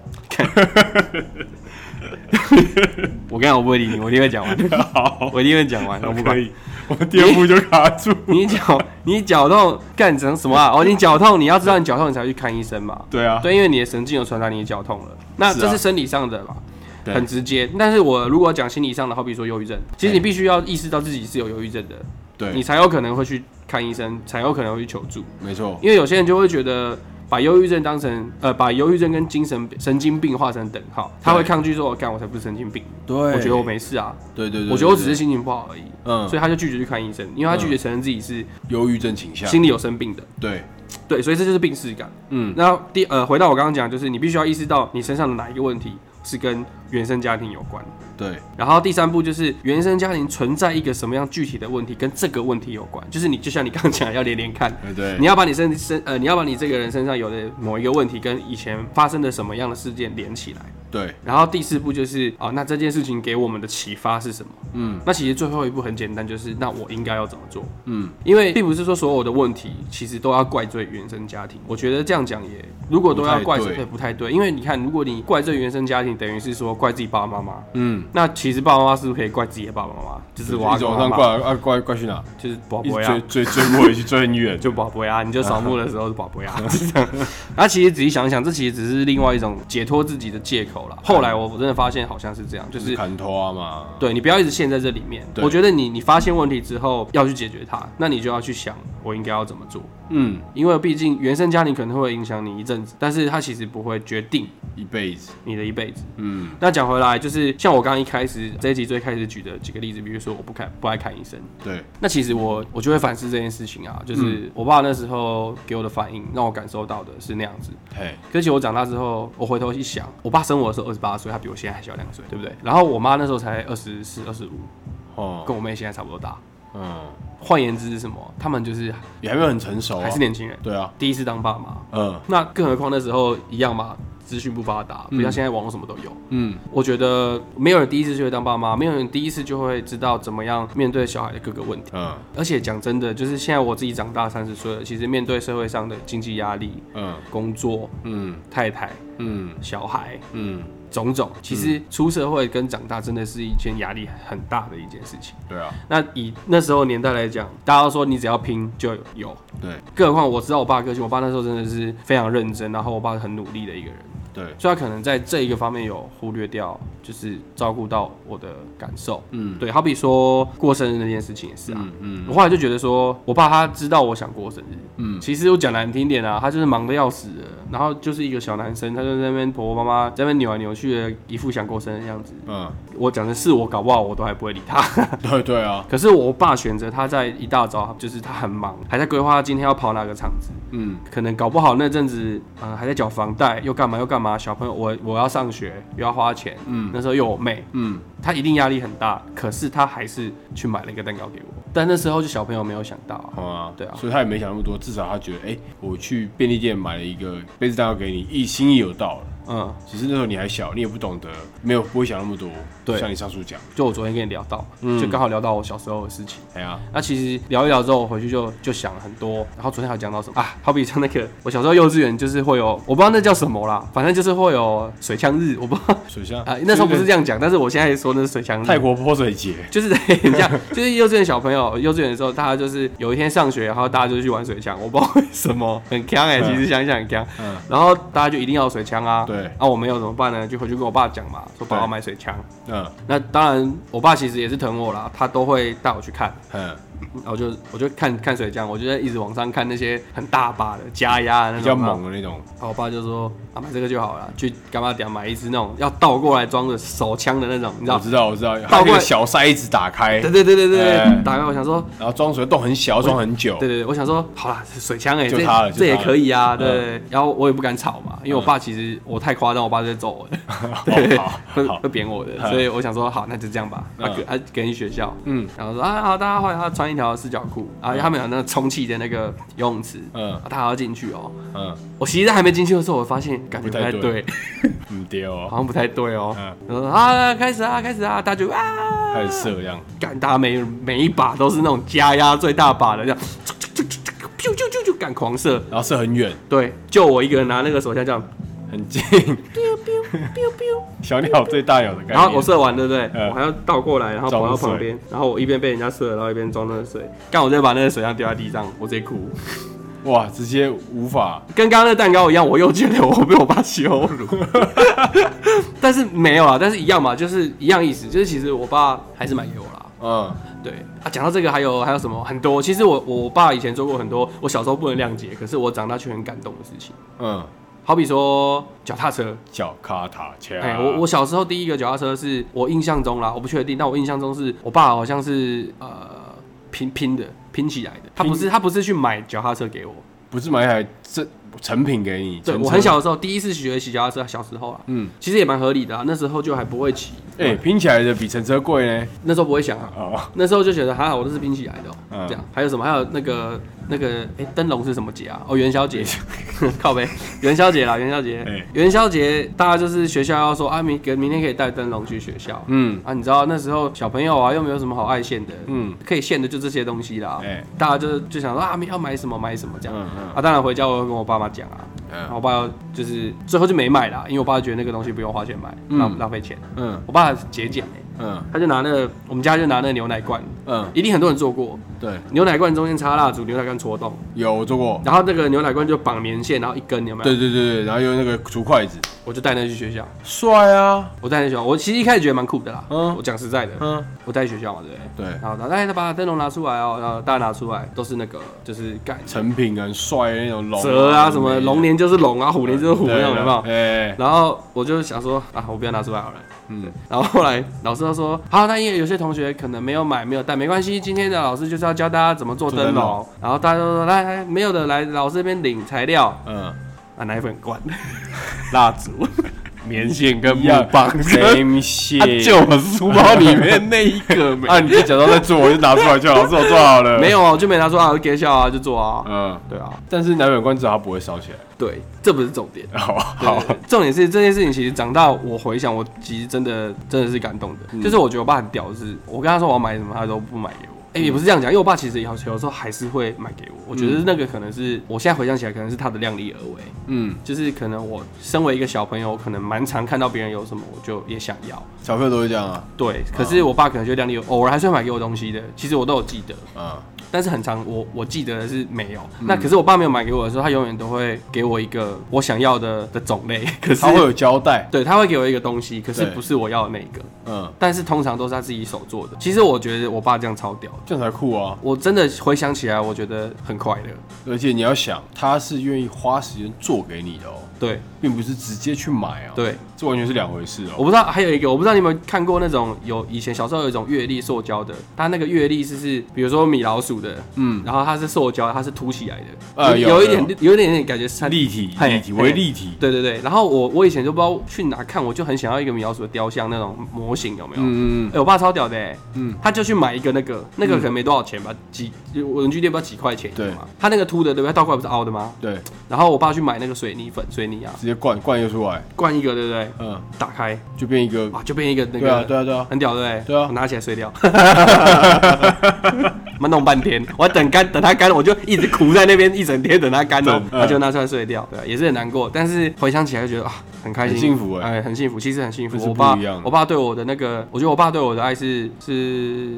Speaker 1: 我跟你讲，我不会理你，我一定会讲完，
Speaker 2: 好，
Speaker 1: 我一定会讲完，我不
Speaker 2: 可
Speaker 1: 管。
Speaker 2: 以，我第二步就卡住。
Speaker 1: 你脚你脚痛干成什么啊？哦，你脚痛，你要知道你脚痛，你才去看医生嘛。
Speaker 2: 对啊，
Speaker 1: 对，因为你的神经有传达你的脚痛了，那
Speaker 2: 是啊
Speaker 1: 这是生理上的嘛。
Speaker 2: 对
Speaker 1: 很直接。但是我如果讲心理上的，好比说忧郁症，其实你
Speaker 2: 对
Speaker 1: 必须要意识到自己是有忧郁症的，你
Speaker 2: 对，
Speaker 1: 才有可能会去看医生，才有可能会去求助。
Speaker 2: 没错，
Speaker 1: 因为有些人就会觉得把忧郁症当成呃，把忧郁症跟精神神经病画成等号，他会抗拒说：“我干，我才不是神经病，
Speaker 2: 对，
Speaker 1: 我
Speaker 2: 我
Speaker 1: 觉得我，没事啊，
Speaker 2: 对对对，
Speaker 1: 我觉得我只
Speaker 2: 对
Speaker 1: 是心情不好而已。”
Speaker 2: 嗯
Speaker 1: 所以他就拒绝去看医生，因为他拒绝承认自己是
Speaker 2: 忧郁症倾向，
Speaker 1: 心里有生病的。
Speaker 2: 对，
Speaker 1: 对，所以这就是病耻感。
Speaker 2: 嗯，
Speaker 1: 那第呃，回到我刚刚讲，就是你必须要意识到你身上的哪一个问题是跟原生家庭有关。
Speaker 2: 对，
Speaker 1: 然后第三步就是原生家庭存在一个什么样具体的问题，跟这个问题有关。就是你就像你刚刚讲的，要连连看，
Speaker 2: 对对，
Speaker 1: 你要把你身身呃，你要把你这个人身上有的某一个问题跟以前发生的什么样的事件连起来。
Speaker 2: 对，
Speaker 1: 然后第四步就是啊、那这件事情给我们的启发是什么？
Speaker 2: 嗯
Speaker 1: 那其实最后一步很简单，就是那我应该要怎么做？
Speaker 2: 嗯，
Speaker 1: 因为并不是说所有的问题其实都要怪罪原生家庭，我觉得这样讲也，如果都要怪
Speaker 2: 不太
Speaker 1: 罪，对
Speaker 2: 对
Speaker 1: 不太对。因为你看，如果你怪罪原生家庭，等于是说怪自己爸爸妈妈。
Speaker 2: 嗯，
Speaker 1: 那其实爸爸妈妈是不是可以怪自己的爸爸妈妈？就是我阿
Speaker 2: 一直
Speaker 1: 公
Speaker 2: 往
Speaker 1: 阿
Speaker 2: 上
Speaker 1: 嬷，
Speaker 2: 挂，啊挂挂去哪？
Speaker 1: 就是宝
Speaker 2: 一
Speaker 1: 贝
Speaker 2: 直
Speaker 1: 啊
Speaker 2: 追，追追过去，追 很远，
Speaker 1: 就宝贝啊，你就扫墓的时候是宝贝啊，是这样。那其实仔细想想，这其实只是另外一种解脱自己的借口啦。后来我真的发现好像是这样，就
Speaker 2: 就是
Speaker 1: 是
Speaker 2: 砍头啊嘛，
Speaker 1: 对你不要一直陷在这里面。
Speaker 2: 对
Speaker 1: 我觉得你你发现问题之后要去解决它，那你就要去想我应该要怎么做。
Speaker 2: 嗯，
Speaker 1: 因为毕竟原生家庭可能会影响你一阵子，但是它其实不会决定
Speaker 2: 一辈子，
Speaker 1: 你的一辈子。
Speaker 2: 嗯，
Speaker 1: 那讲回来，就是像我刚刚一开始这一集最开始举的几个例子，比如说我不看不爱看医生，
Speaker 2: 对，
Speaker 1: 那其实我我就会反思这件事情啊，就是我爸那时候给我的反应，让我感受到的是那样子。
Speaker 2: 嘿，
Speaker 1: 可是其实我长大之后，我回头一想，我爸生我的时候二十八岁，他比我现在还小两岁，对不对？然后我妈那时候才二十四、二十五，
Speaker 2: 哦，
Speaker 1: 跟我妹现在差不多大。
Speaker 2: 嗯，
Speaker 1: 换言之是什么？他们就是
Speaker 2: 也还没有很成熟啊
Speaker 1: 还是，年轻人，
Speaker 2: 对啊，
Speaker 1: 第一次当爸妈。
Speaker 2: 嗯
Speaker 1: 那更何况那时候一样嘛，资讯不发达，不像
Speaker 2: 嗯
Speaker 1: 现在网络什么都有。
Speaker 2: 嗯，
Speaker 1: 我觉得没有人第一次就会当爸妈，没有人第一次就会知道怎么样面对小孩的各个问题。
Speaker 2: 嗯
Speaker 1: 而且讲真的，就是现在我自己长大三十岁了，其实面对社会上的经济压力、
Speaker 2: 嗯
Speaker 1: 工作、
Speaker 2: 嗯
Speaker 1: 太太、
Speaker 2: 嗯
Speaker 1: 小孩
Speaker 2: 嗯，
Speaker 1: 种种，其实出社会跟长大真的是一件压力很大的一件事情。
Speaker 2: 对啊，
Speaker 1: 那以那时候年代来讲，大家都说你只要拼就有，
Speaker 2: 对
Speaker 1: 更何况我知道我爸的个性，我爸那时候真的是非常认真，然后我爸很努力的一个人，
Speaker 2: 对，
Speaker 1: 所以他可能在这一个方面有忽略掉，就是照顾到我的感受。
Speaker 2: 嗯
Speaker 1: 对，好比说过生日那件事情也是啊，
Speaker 2: 嗯嗯
Speaker 1: 我后来就觉得说，我爸他知道我想过生日，
Speaker 2: 嗯
Speaker 1: 其实我讲难听点啊，他就是忙得要死的，然后就是一个小男生，他就在那边婆婆妈妈在那边扭来扭去的，一副想过生日的样子。
Speaker 2: 嗯，
Speaker 1: 我讲的是我搞不好我都还不会理他，
Speaker 2: 对对啊，
Speaker 1: 可是我爸选择他在一大早，就是他很忙，还在规划他今天要跑哪个场子，
Speaker 2: 嗯
Speaker 1: 可能搞不好那阵子，呃，还在缴房贷，又干嘛又干嘛，小朋友我我要上学又要花钱，
Speaker 2: 嗯
Speaker 1: 那时候又有我妹，
Speaker 2: 嗯，
Speaker 1: 他一定压力很大，可是他还是去买了一个蛋糕给我，但那时候就小朋友没有想到啊，
Speaker 2: 好啊，
Speaker 1: 对啊
Speaker 2: 所以他也没想那么多，至少他觉得，哎、我去便利店买了一个杯子蛋糕给你，一心意有到了。
Speaker 1: 嗯，
Speaker 2: 只是那时候你还小，你也不懂得，没有不会想那么多。
Speaker 1: 对
Speaker 2: 像你上述讲，
Speaker 1: 就我昨天跟你聊到，
Speaker 2: 嗯
Speaker 1: 就刚好聊到我小时候的事情。
Speaker 2: 哎呀、
Speaker 1: 那其实聊一聊之后，我回去就就想了很多。然后昨天还讲到什么啊？好比像那个我小时候幼稚园就是会有，我不知道那叫什么啦，反正就是会有水枪日，我不知道
Speaker 2: 水箱
Speaker 1: 啊、那时候不是这
Speaker 2: 样，
Speaker 1: 样讲，但是我现在说那是水枪日。
Speaker 2: 泰国泼水节，
Speaker 1: 就是很像，就是幼稚园小朋友，幼稚园的时候，大家就是有一天上学，然后大家就去玩水枪，我不知道为什么很强哎、
Speaker 2: 嗯
Speaker 1: 其实想一想很强，
Speaker 2: 嗯
Speaker 1: 然后大家就一定要有水枪啊，
Speaker 2: 对
Speaker 1: 啊我没有怎么办呢？就回去跟我爸讲嘛，说爸
Speaker 2: 对
Speaker 1: 要买水枪，
Speaker 2: 嗯
Speaker 1: 那当然我爸其实也是疼我啦，他都会带我去看，
Speaker 2: 嗯，
Speaker 1: 然后就我就看看水枪，我就在一直往上看那些很大把的加压的啊那种，
Speaker 2: 比较猛。的那种，
Speaker 1: 然后我爸就说啊买这个就好了，去干嘛点买一支那种要倒过来装的手枪的那种，你知
Speaker 2: 我
Speaker 1: 道？
Speaker 2: 知道我知道，
Speaker 1: 啊倒
Speaker 2: 把
Speaker 1: 过
Speaker 2: 那
Speaker 1: 来
Speaker 2: 个小塞子打开，
Speaker 1: 对对对对对
Speaker 2: 哎，
Speaker 1: 打开我想说
Speaker 2: 然后装水洞很小，装很久，
Speaker 1: 对对对，我想说，好啦，水枪哎、欸，
Speaker 2: 就
Speaker 1: 这
Speaker 2: 他了就
Speaker 1: 这也
Speaker 2: 他
Speaker 1: 可以啊，
Speaker 2: 嗯
Speaker 1: 对然后我也不敢吵嘛，因为我爸其实我太夸张，我爸就在揍我的， 对，
Speaker 2: 哦好
Speaker 1: 会
Speaker 2: 好
Speaker 1: 会扁我的，
Speaker 2: 嗯
Speaker 1: 所以我想说，好，那就这样吧。
Speaker 2: 嗯
Speaker 1: 啊，给啊给你学校，
Speaker 2: 嗯
Speaker 1: 然后说啊好，大家后来他穿一条四角裤，啊，他们有那个充气的那个游泳池，
Speaker 2: 嗯
Speaker 1: 啊，他还要进去哦。
Speaker 2: 嗯，
Speaker 1: 我其实还没进去的时候，我发现感觉不
Speaker 2: 不
Speaker 1: 太
Speaker 2: 太对
Speaker 1: 对，
Speaker 2: 嗯丢
Speaker 1: 好
Speaker 2: 哦，
Speaker 1: 像不太对哦。
Speaker 2: 嗯，
Speaker 1: 然后说啊，开始啊，开始啊，大家就啊，
Speaker 2: 开始射这样，
Speaker 1: 干他每每一把都是那种加压最大把的，这样，啾啾啾啾啾啾啾啾，干狂射。
Speaker 2: 然后射很远
Speaker 1: 对，就我一个人拿那个手枪这样，
Speaker 2: 很近，
Speaker 1: biu biu
Speaker 2: 小鸟对大鸟的概念，
Speaker 1: 然后我射完，对不对？
Speaker 2: 嗯
Speaker 1: 我还要倒过来，然后跑到旁边，然后我一边被人家射，然后一边装那个水，干我再把那个水枪丢在地上，我直接哭。
Speaker 2: 哇，直接无法
Speaker 1: 跟刚刚那蛋糕一样，我又觉得我被我爸羞辱， 但是没有啊，但是一样嘛，就是一样意思，就是其实我爸还是买给我啦。
Speaker 2: 嗯，
Speaker 1: 对啊，讲到这个还有还有什么很多，其实我我爸以前做过很多我小时候不能谅解，可是我长大却很感动的事情，
Speaker 2: 嗯，
Speaker 1: 好比说脚踏车，
Speaker 2: 脚卡塔恰，
Speaker 1: 哎、我我小时候第一个脚踏车是我印象中啦，我不确定，但我印象中是我爸好像是呃拼拼的拼起来的，他不是他不是去买脚踏车给我，
Speaker 2: 不是买一台这成品给你，
Speaker 1: 对
Speaker 2: 成
Speaker 1: 我
Speaker 2: 车
Speaker 1: 很，小的时候第一次学骑脚踏车，小时候啊，
Speaker 2: 嗯，
Speaker 1: 其实也蛮合理的啊，那时候就还不会骑，
Speaker 2: 哎、拼起来的比乘车贵呢，
Speaker 1: 那时候不会想啊，
Speaker 2: 哦，
Speaker 1: 那时候就觉得还好，我这是拼起来的、哦，
Speaker 2: 嗯
Speaker 1: 这样。还有什么？还有那个那个，哎、灯笼是什么节啊？哦，元宵节， 靠呗，元宵节啦，元宵节，
Speaker 2: 哎
Speaker 1: 元宵节，大家就是学校要说啊，明明天可以带灯笼去学校。
Speaker 2: 嗯
Speaker 1: 啊，你知道那时候小朋友啊，又没有什么好爱现的，
Speaker 2: 嗯
Speaker 1: 可以现的就这些东西啦。
Speaker 2: 哎
Speaker 1: 大家就就想说啊，明要买什么买什么这样。
Speaker 2: 嗯嗯
Speaker 1: 啊，当然回家我会跟我爸妈讲啊，然后
Speaker 2: 嗯
Speaker 1: 我爸就是最后就没买啦，因为我爸觉得那个东西不用花钱买，
Speaker 2: 嗯
Speaker 1: 浪浪费钱。
Speaker 2: 嗯
Speaker 1: 我爸节俭欸
Speaker 2: 嗯
Speaker 1: 他就拿那个我们家就拿那个牛奶罐，
Speaker 2: 嗯，
Speaker 1: 一定很多人做过，
Speaker 2: 对，
Speaker 1: 牛奶罐中间插蜡烛，牛奶罐戳洞，
Speaker 2: 有我做过，
Speaker 1: 然后那个牛奶罐就绑棉线，然后一根有没有？
Speaker 2: 对对对对，然后用那个竹筷子，
Speaker 1: 我就带那去学校，
Speaker 2: 帅啊，
Speaker 1: 我带那去学校，我其实一开始觉得蛮酷的啦。
Speaker 2: 嗯
Speaker 1: 我讲实在的，
Speaker 2: 嗯，
Speaker 1: 我带去学校嘛，对不对？
Speaker 2: 对，
Speaker 1: 然后然后哎，他把灯笼拿出来哦，然后大家拿出来，都是那个就是盖
Speaker 2: 成品很帅的那种龙
Speaker 1: 蛇啊，什么龙年就是龙啊，虎年就是虎那种，有没有？
Speaker 2: 哎，
Speaker 1: 然后我就想说啊，我不要拿出来好了。
Speaker 2: 嗯
Speaker 1: 然后后来老师都说，好，那因为有些同学可能没有买，没有带，没关系，今天的老师就是要教大家怎么做
Speaker 2: 做灯
Speaker 1: 灯笼
Speaker 2: 笼。
Speaker 1: 然后大家都说，来来，没有的来老师这边领材料
Speaker 2: 嗯，
Speaker 1: 啊，奶粉 罐、
Speaker 2: 蜡 烛
Speaker 1: 啊棉线跟
Speaker 2: 一样，same
Speaker 1: 他
Speaker 2: shit，
Speaker 1: 就我书包里面那一个没
Speaker 2: 啊，你就假装在做，我就拿出来就好，老师我做好了，
Speaker 1: 没，有啊，我就没拿出来，我就给笑啊，就做啊。
Speaker 2: 嗯，
Speaker 1: 对啊，
Speaker 2: 但是奶粉罐至少它不会烧起来，
Speaker 1: 对，这不是重点。
Speaker 2: 好
Speaker 1: 好
Speaker 2: 好，，
Speaker 1: 重点是这件事情，其实长大我回想，我其实真的真的是感动的。
Speaker 2: 嗯
Speaker 1: 就是我觉得我爸很屌，是我跟他说我要买什么，他都不买给我。哎、也不是这样讲，因为我爸其实有有时候还是会买给我。我觉得那个可能是我现在回想起来，可能是他的量力而为。
Speaker 2: 嗯，
Speaker 1: 就是可能我身为一个小朋友，我可能蛮常看到别人有什么，我就也想要。
Speaker 2: 小朋友都会这样啊，
Speaker 1: 对，可是我爸可能就量力而偶尔还是会买给我东西的。其实我都有记得，
Speaker 2: 嗯
Speaker 1: 但是很长，我我记得的是没有。那可是我爸没有买给我的时候，他永远都会给我一个我想要的的种类。可是
Speaker 2: 他会有交代，
Speaker 1: 对，他会给我一个东西，可是
Speaker 2: 对
Speaker 1: 不是我要的那一个，
Speaker 2: 嗯，
Speaker 1: 但是通常都是他自己手做的。其实我觉得我爸这样超屌的，
Speaker 2: 这样才酷啊！
Speaker 1: 我真的回想起来，我觉得很快乐。
Speaker 2: 而且你要想，他是愿意花时间做给你的哦，
Speaker 1: 对
Speaker 2: 并不是直接去买哦，，
Speaker 1: 对，
Speaker 2: 这完全是两回事
Speaker 1: 我
Speaker 2: 哦。
Speaker 1: 不知道还有一个，我不知道你有没有看过那种有以前小时候有一种月历塑胶的，它那个月历是是比如说米老鼠的，
Speaker 2: 嗯，
Speaker 1: 然后它是塑胶，它是凸起来的，
Speaker 2: 呃
Speaker 1: 有
Speaker 2: 有
Speaker 1: 一点有一点点感觉是它
Speaker 2: 立体，
Speaker 1: 嘿
Speaker 2: 立体，
Speaker 1: 嘿
Speaker 2: 为立体，
Speaker 1: 对对对，然后我我以前就不知道去哪看，我就很想要一个米老鼠的雕像那种模型，有没有？
Speaker 2: 嗯嗯
Speaker 1: 哎、我爸超屌的、欸，
Speaker 2: 嗯
Speaker 1: 嗯，他就去买一个那个，那个可能没多少钱吧，几我文具店不知道几块钱，
Speaker 2: 对
Speaker 1: 嘛？他那个凸的对不对？倒过来不是凹的吗？
Speaker 2: 嗯，对，
Speaker 1: 然后我爸去买那个水泥粉、水泥啊，
Speaker 2: 直接灌灌又出来，
Speaker 1: 灌一个对不对？
Speaker 2: 嗯，
Speaker 1: 打开
Speaker 2: 就变一个，
Speaker 1: 啊，就变一个那
Speaker 2: 对啊，
Speaker 1: 个，
Speaker 2: 对啊，对啊，
Speaker 1: 很屌对不对？
Speaker 2: 对啊
Speaker 1: 我拿起来碎 掉， 妈弄半天，我等干等它干，我就一直苦在那边一整天等它干哦
Speaker 2: 真，的
Speaker 1: 它就拿出来碎掉，对，啊也是很难过，但是回想起来就觉得啊，很开心，
Speaker 2: 很幸福欸
Speaker 1: 哎，很幸福，其实很幸福
Speaker 2: 这。是
Speaker 1: 我爸
Speaker 2: 不一样的，
Speaker 1: 我爸对我的那个，我觉得我爸对我的爱是是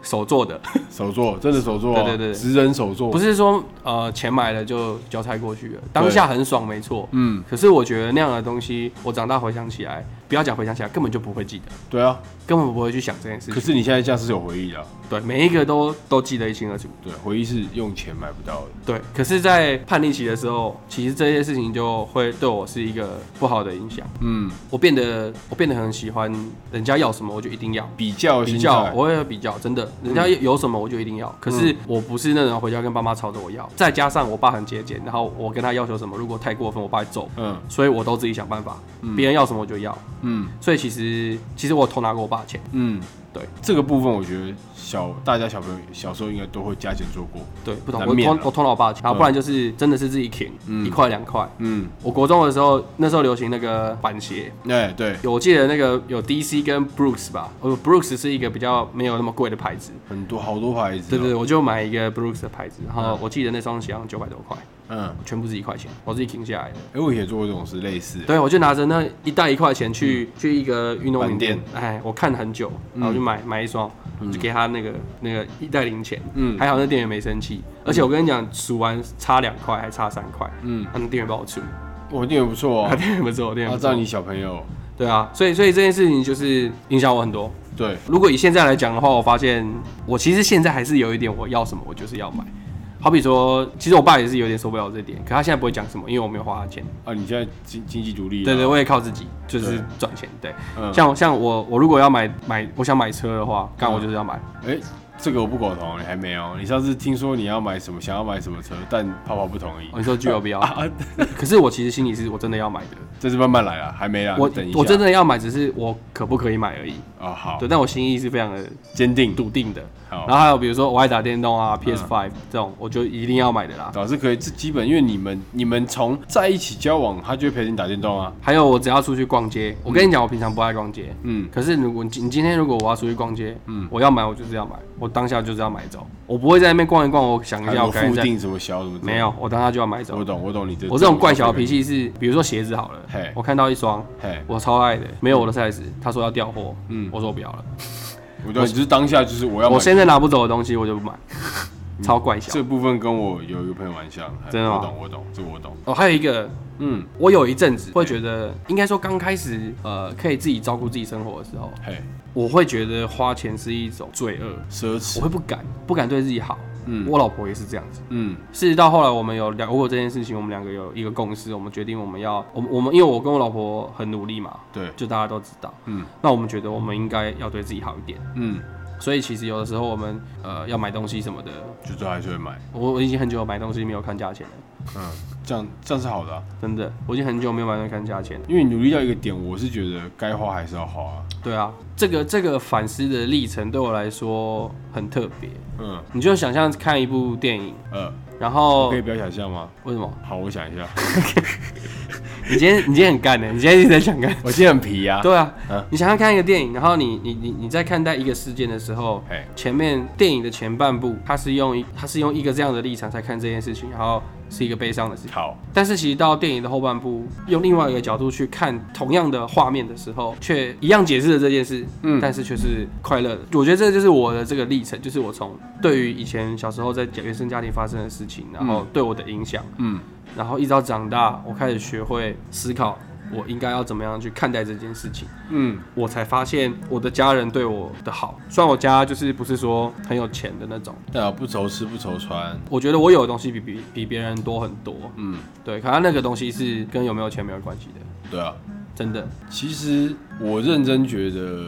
Speaker 1: 手做的，
Speaker 2: 手作，真的手作啊，
Speaker 1: 对对对
Speaker 2: 职人手作，
Speaker 1: 不
Speaker 2: 是，
Speaker 1: 是说呃钱买了就交差过去了，当下很爽没错，
Speaker 2: 嗯，
Speaker 1: 可是我觉得那样的东西，我长大回想起来，不要讲回想起来，根本就不会记得，
Speaker 2: 对啊。
Speaker 1: 根本不会去想这件事情
Speaker 2: 可。是你现在这样是有回忆的啊，
Speaker 1: 对，每一个都都记得一清二楚。
Speaker 2: 对，回忆是用钱买不到的，
Speaker 1: 对，可是，在叛逆期的时候，其实这些事情就会对我是一个不好的影响。
Speaker 2: 嗯，
Speaker 1: 我变得我变得很喜欢人家要什么我就一定要。
Speaker 2: 比较
Speaker 1: 比
Speaker 2: 心嗯
Speaker 1: 较，
Speaker 2: 态，
Speaker 1: 我会比较，真的，人家有什么我就一定要。可是我不是那种回家跟爸妈吵着我要，再加上我爸很节俭，然后我跟他要求什么，如果太过分，我爸会揍，
Speaker 2: 嗯
Speaker 1: 所以我都自己想办法，别人要什么我就要。
Speaker 2: 嗯。
Speaker 1: 所以其实其实我偷拿过我爸的钱，
Speaker 2: 嗯，
Speaker 1: 对，
Speaker 2: 这个部分我觉得小大家小朋友小时候应该都会加减做过。
Speaker 1: 对，不懂，
Speaker 2: 难
Speaker 1: 我
Speaker 2: 免
Speaker 1: 偷
Speaker 2: 啊
Speaker 1: 我偷拿我爸的钱，然后不然就是真的是自己挺、
Speaker 2: 嗯
Speaker 1: 一块两块，
Speaker 2: 嗯，
Speaker 1: 我国中的时候，那时候流行那个板鞋，
Speaker 2: 哎、对，
Speaker 1: 有我记得那个有 DC 跟 Brooks 吧，哦 Brooks 是一个比较没有那么贵的牌子，
Speaker 2: 很多好多牌子、哦
Speaker 1: 对对对，我就买一个 Brooks 的牌子，然后我记得那双鞋好像九百多块，
Speaker 2: 嗯、嗯，
Speaker 1: 全部是一块钱，我自己停下来的。
Speaker 2: 哎，我以前做过这种事，类似，
Speaker 1: 对，我就拿着那一袋一块钱去、去一个运动
Speaker 2: 嗯饭
Speaker 1: 名
Speaker 2: 店嗯
Speaker 1: 店，哎，我看很久，然后就买、买一双，就给他那个那个一袋零钱，
Speaker 2: 嗯
Speaker 1: 还好那店员没生气，而且我跟你讲，数完差两块还差三块，
Speaker 2: 嗯，
Speaker 1: 他那店员帮我出，
Speaker 2: 我店员不错
Speaker 1: 他
Speaker 2: 哦，
Speaker 1: 店员不错，店员
Speaker 2: 他
Speaker 1: 不
Speaker 2: 照
Speaker 1: 错，
Speaker 2: 你小朋友，
Speaker 1: 对啊，所以所以这件事情就是影响我很多。
Speaker 2: 对，
Speaker 1: 如果以现在来讲的话，我发现我其实现在还是有一点，我要什么我就是要买。好比说，其实我爸也是有点受不了这点，可他现在不会讲什么，因为我没有花他钱。
Speaker 2: 啊，你现在经经济独立，
Speaker 1: 对对，，我也靠自己，就是
Speaker 2: 啊对
Speaker 1: 赚钱。对，
Speaker 2: 嗯，
Speaker 1: 像像我我如果要买买我想买车的话，干
Speaker 2: 嗯
Speaker 1: 我就是要买。
Speaker 2: 哎，这个我不苟同，你还没哦有，你上次听说你要买什么，想要买什么车，但泡泡不同意
Speaker 1: 哦、，你说 G L B 啊？
Speaker 2: 啊，
Speaker 1: 可是我其实心里是我真的要买的，
Speaker 2: 这是慢慢来啊，还没啦，
Speaker 1: 我
Speaker 2: 你等一下，
Speaker 1: 我真的要买，只是我可不可以买而已。
Speaker 2: 啊，好
Speaker 1: 对，，但我心意是非常的
Speaker 2: 坚定，
Speaker 1: 笃定的。
Speaker 2: 好嗯
Speaker 1: 然后还有比如说我爱打电动啊，PS Five 这种，我就一定要买的啦。
Speaker 2: 老师可以，这基本因为你们你们从在一起交往，他就会陪着你打电动啊。
Speaker 1: 还有我只要出去逛街，我跟你讲，我平常不爱逛街。
Speaker 2: 嗯，
Speaker 1: 可是如果你今你今天如果我要出去逛街，
Speaker 2: 嗯
Speaker 1: 嗯，我要买我就是要买，我当下就是要买走，我不会在那边逛一逛，我想一
Speaker 2: 还
Speaker 1: 下
Speaker 2: 有
Speaker 1: 我看
Speaker 2: 固
Speaker 1: 一下，
Speaker 2: 定什么小什么？
Speaker 1: 没，有，我当下就要买走
Speaker 2: 我。懂我懂你这
Speaker 1: 我这种怪小脾，气是，比如说鞋子好了
Speaker 2: 嘿，
Speaker 1: 我看到一双
Speaker 2: 嘿，
Speaker 1: 我超爱的，没有我的 size，他说要调货，
Speaker 2: 嗯
Speaker 1: 嗯，我说我不要了，
Speaker 2: 我懂，你就是当下就是我要买
Speaker 1: 我现在拿不走的东西我就不买，
Speaker 2: 嗯
Speaker 1: 超怪小。
Speaker 2: 这部分跟我有一个朋友蛮像，嘿
Speaker 1: 真的吗
Speaker 2: 我懂我懂，这我懂。
Speaker 1: 哦，还有一个，
Speaker 2: 嗯，
Speaker 1: 我有一阵子会觉得，应该说刚开始，呃，可以自己照顾自己生活的时候，
Speaker 2: 嘿，
Speaker 1: 我会觉得花钱是一种罪恶，
Speaker 2: 奢
Speaker 1: 我
Speaker 2: 侈，
Speaker 1: 会不敢，不敢对自己好。
Speaker 2: 嗯
Speaker 1: 我老婆也是这样子。
Speaker 2: 嗯
Speaker 1: 是到后来，我们有聊过这件事情，我们两个有一个共识，我们决定我们要，我们我们因为我跟我老婆很努力嘛，
Speaker 2: 对，
Speaker 1: 就大家都知道，
Speaker 2: 嗯
Speaker 1: 那我们觉得我们应该要对自己好一点。
Speaker 2: 嗯，
Speaker 1: 所以其实有的时候我们呃要买东西什么的，
Speaker 2: 就最后还是会买，
Speaker 1: 我我已经很久买东西没有看价钱了，
Speaker 2: 嗯，这样这样是好的啊，
Speaker 1: 真的，我已经很久没有买东西看价钱了。
Speaker 2: 因为你努力到一个点，我是觉得该花还是要花啊，
Speaker 1: 对啊，这个这个反思的历程对我来说很特别。
Speaker 2: 嗯
Speaker 1: 你就想象看一部电影，
Speaker 2: 呃，
Speaker 1: 然后
Speaker 2: 可以不要想象吗？
Speaker 1: 为什么？
Speaker 2: 好，我想一下，
Speaker 1: 你今天你今天很干的，你今天一直在想干。
Speaker 2: 我今天很皮啊，
Speaker 1: 对啊
Speaker 2: 嗯，
Speaker 1: 你想要看一个电影，然后你你你你在看待一个事件的时候
Speaker 2: 嘿，
Speaker 1: 前面电影的前半部，它是用一它是用一个这样的立场在看这件事情，然后是一个悲伤的事情。
Speaker 2: 好，
Speaker 1: 但是其实到电影的后半部，用另外一个角度去看同样的画面的时候，却一样解释了这件事，嗯，
Speaker 2: 嗯
Speaker 1: 但是却是快乐的。我觉得这就是我的这个历程，就是我从对于以前小时候在原生家庭发生的事情，然后对我的影响，
Speaker 2: 嗯。
Speaker 1: 然后一直到长大，我开始学会思考，我应该要怎么样去看待这件事情。
Speaker 2: 嗯
Speaker 1: 我才发现我的家人对我的好，虽然我家就是不是说很有钱的那种，，
Speaker 2: 对啊，不愁吃不愁穿，
Speaker 1: 我觉得我有的东西比比比别人多很多，
Speaker 2: 嗯，
Speaker 1: 对，可他那个东西是跟有没有钱没有关系的。
Speaker 2: 对啊。
Speaker 1: 真的，
Speaker 2: 其实我认真觉得，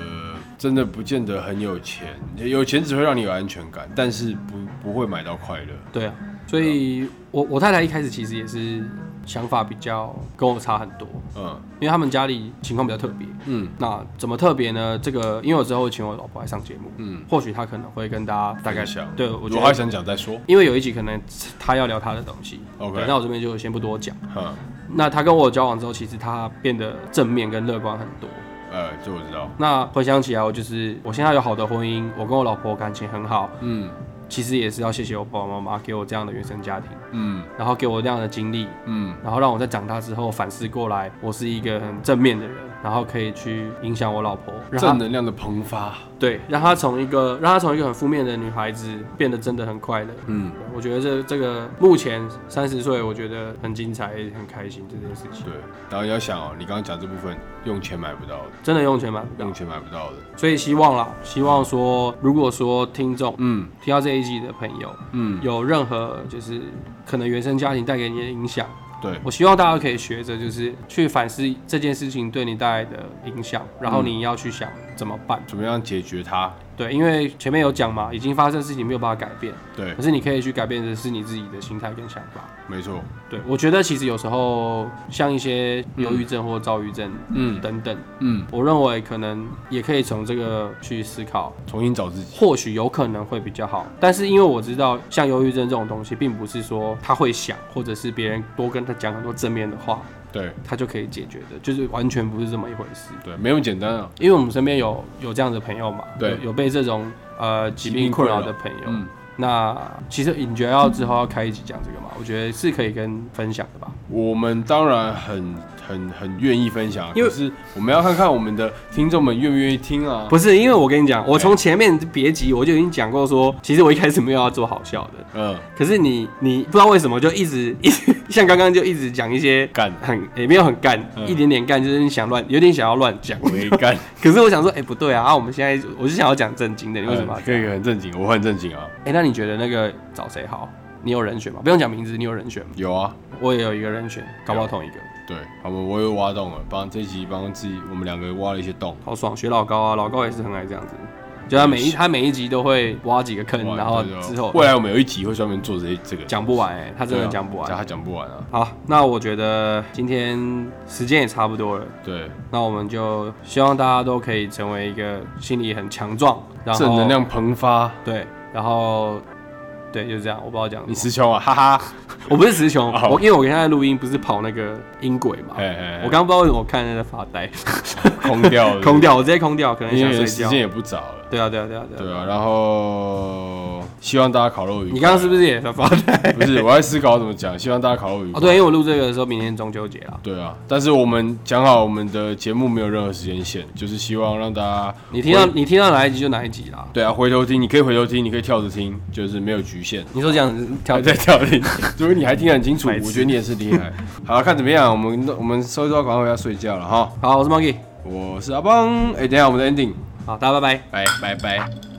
Speaker 2: 真的不见得很有钱，有钱只会让你有安全感，但是不不会买到快乐。
Speaker 1: 对啊，所以我我太太一开始其实也是想法比较跟我差很多，
Speaker 2: 嗯
Speaker 1: 因为他们家里情况比较特别。
Speaker 2: 嗯
Speaker 1: 那怎么特别呢？这个因为我之后请我老婆来上节目，
Speaker 2: 嗯，
Speaker 1: 或许她可能会跟大家大概
Speaker 2: 分享
Speaker 1: 对我
Speaker 2: 啊我
Speaker 1: 觉
Speaker 2: 还
Speaker 1: 得，
Speaker 2: 想讲再说。
Speaker 1: 因为有一集可能她要聊她的东西
Speaker 2: OK
Speaker 1: 对那我这边就先不多讲。
Speaker 2: 嗯，
Speaker 1: 那她跟我交往之后，其实她变得正面跟乐观很多。
Speaker 2: 呃，这我知道。
Speaker 1: 那回想起来，我就是我现在有好的婚姻，我跟我老婆感情很好，
Speaker 2: 嗯
Speaker 1: 其实也是要谢谢我爸爸妈妈给我这样的原生家庭，
Speaker 2: 嗯
Speaker 1: 然后给我这样的经历，
Speaker 2: 嗯
Speaker 1: 然后让我在长大之后反思过来，我是一个很正面的人，然后可以去影响我老婆，让
Speaker 2: 正
Speaker 1: 她
Speaker 2: 能量的迸发。
Speaker 1: 对，让她从一个让她从一个很负面的女孩子变得真的很快乐。
Speaker 2: 嗯，
Speaker 1: 我觉得这这个目前三十岁，我觉得很精彩，也很开心这件事情，
Speaker 2: 对。然后你要想哦，你刚刚讲这部分，用钱买不到的，
Speaker 1: 真的用钱买不到
Speaker 2: 用。钱买不到的。
Speaker 1: 所以希望啦，希望说，如果说听众
Speaker 2: 嗯
Speaker 1: 听到这一集的朋友
Speaker 2: 嗯，
Speaker 1: 有任何就是可能原生家庭带给你的影响，
Speaker 2: 对，
Speaker 1: 我希望大家可以学着，就是去反思这件事情对你带来的影响，然后你要去想怎么办。
Speaker 2: 怎么样解决它？
Speaker 1: 对，因为前面有讲嘛，已经发生的事情没有办法改变，
Speaker 2: 对
Speaker 1: 可，是你可以去改变的是你自己的心态跟想法。
Speaker 2: 没错。
Speaker 1: 对，我觉得其实有时候像一些忧郁症或躁郁症
Speaker 2: 嗯
Speaker 1: 等等，
Speaker 2: 嗯，
Speaker 1: 我认为可能也可以从这个去思考，
Speaker 2: 重新找自己。
Speaker 1: 或许有可能会比较好，但是因为我知道，像忧郁症这种东西，并不是说他会想，或者是别人多跟他讲很多正面的话，
Speaker 2: 对
Speaker 1: 他就可以解决的，就是完全不是这么一回事。
Speaker 2: 对，没有简单啊。
Speaker 1: 因为我们身边有有这样的朋友嘛，
Speaker 2: 对
Speaker 1: 有有被这种呃疾
Speaker 2: 疾病
Speaker 1: 病困扰
Speaker 2: 困扰
Speaker 1: 的朋友。
Speaker 2: 嗯。
Speaker 1: 那其实你觉得要之后要开一集讲这个吗？我觉得是可以跟分享的吧。
Speaker 2: 我们当然很很很愿意分享，啊
Speaker 1: 因为
Speaker 2: 可是我们要看看我们的听众们愿不愿意听啊。
Speaker 1: 不是，因为我跟你讲，我从前面别急，我就已经讲过说，其实我一开始没有要做好笑的，
Speaker 2: 嗯，
Speaker 1: 可是你你不知道为什么就一直 一直像刚刚就一直讲一些
Speaker 2: 干
Speaker 1: 很也、没有很干，
Speaker 2: 嗯
Speaker 1: 一点点干，就是你想乱，有点想要乱讲。
Speaker 2: 没干，
Speaker 1: 可是我想说，哎、不对啊，啊我们现在我是想要讲正经 的，你为什么要
Speaker 2: 嗯
Speaker 1: 这
Speaker 2: 可
Speaker 1: 样？
Speaker 2: 以很正经，我很正经啊。
Speaker 1: 哎、那你觉得那个找谁好？你有人选吗？不用讲名字，你有人选吗？
Speaker 2: 有啊，
Speaker 1: 我也有一个人选，搞不好同一个，
Speaker 2: 对，好，我我又挖洞了，帮这一集帮自己，我们两个挖了一些洞。
Speaker 1: 好爽。学老高啊，老高也是很爱这样子，就他每一他每一集都会挖几个坑，
Speaker 2: 挖
Speaker 1: 然后
Speaker 2: 对对对
Speaker 1: 之后
Speaker 2: 未来我们有一集会专门做这这个，
Speaker 1: 讲不完、哎，他真
Speaker 2: 对
Speaker 1: 的
Speaker 2: 啊
Speaker 1: 讲不完。
Speaker 2: 他讲不完啊。
Speaker 1: 好，那我觉得今天时间也差不多了，
Speaker 2: 对，
Speaker 1: 那我们就希望大家都可以成为一个心理很强壮，然后
Speaker 2: 正能量喷发，
Speaker 1: 对，然后对，就是这样。我不知道讲什么，
Speaker 2: 你词穷啊，哈哈。
Speaker 1: 我不是词穷，
Speaker 2: 好哎
Speaker 1: 我因为我现在录音不是跑那个音轨嘛，
Speaker 2: 嘿嘿
Speaker 1: 我刚刚不知道为什么我看那个发呆，
Speaker 2: 嘿空掉了，
Speaker 1: 哎空，掉，我直接空掉，可能
Speaker 2: 因
Speaker 1: 想
Speaker 2: 为
Speaker 1: 睡
Speaker 2: 时
Speaker 1: 觉
Speaker 2: 间。也不早了。
Speaker 1: 对啊，对啊，对啊，对啊。
Speaker 2: 对啊，然后希望大家烤肉愉快。
Speaker 1: 你刚刚是不是也发发呆？
Speaker 2: 不是，我在思考怎么讲。希望大家烤肉愉
Speaker 1: 哦，
Speaker 2: 快。
Speaker 1: 对，因为我录这个的时候，明天中秋节啦。
Speaker 2: 对啊，但是我们讲好，我们的节目没有任何时间线，就是希望让大家
Speaker 1: 你听到
Speaker 2: 回
Speaker 1: 你听到哪一集就哪一集啦。
Speaker 2: 对啊，回头听，你可以回头听，你可以跳着听，就是没有局限。
Speaker 1: 你说这样子跳
Speaker 2: 还在跳着听，如果你还听得很清楚，
Speaker 1: 白痴
Speaker 2: 我觉得你也是厉害。好了，看怎么样，我们我们收一收，赶快回家睡觉了哈。
Speaker 1: 好，我是 Monkey，
Speaker 2: 我是阿邦，哎、等一下我们的 ending，
Speaker 1: 好，大家拜拜。
Speaker 2: 拜拜拜。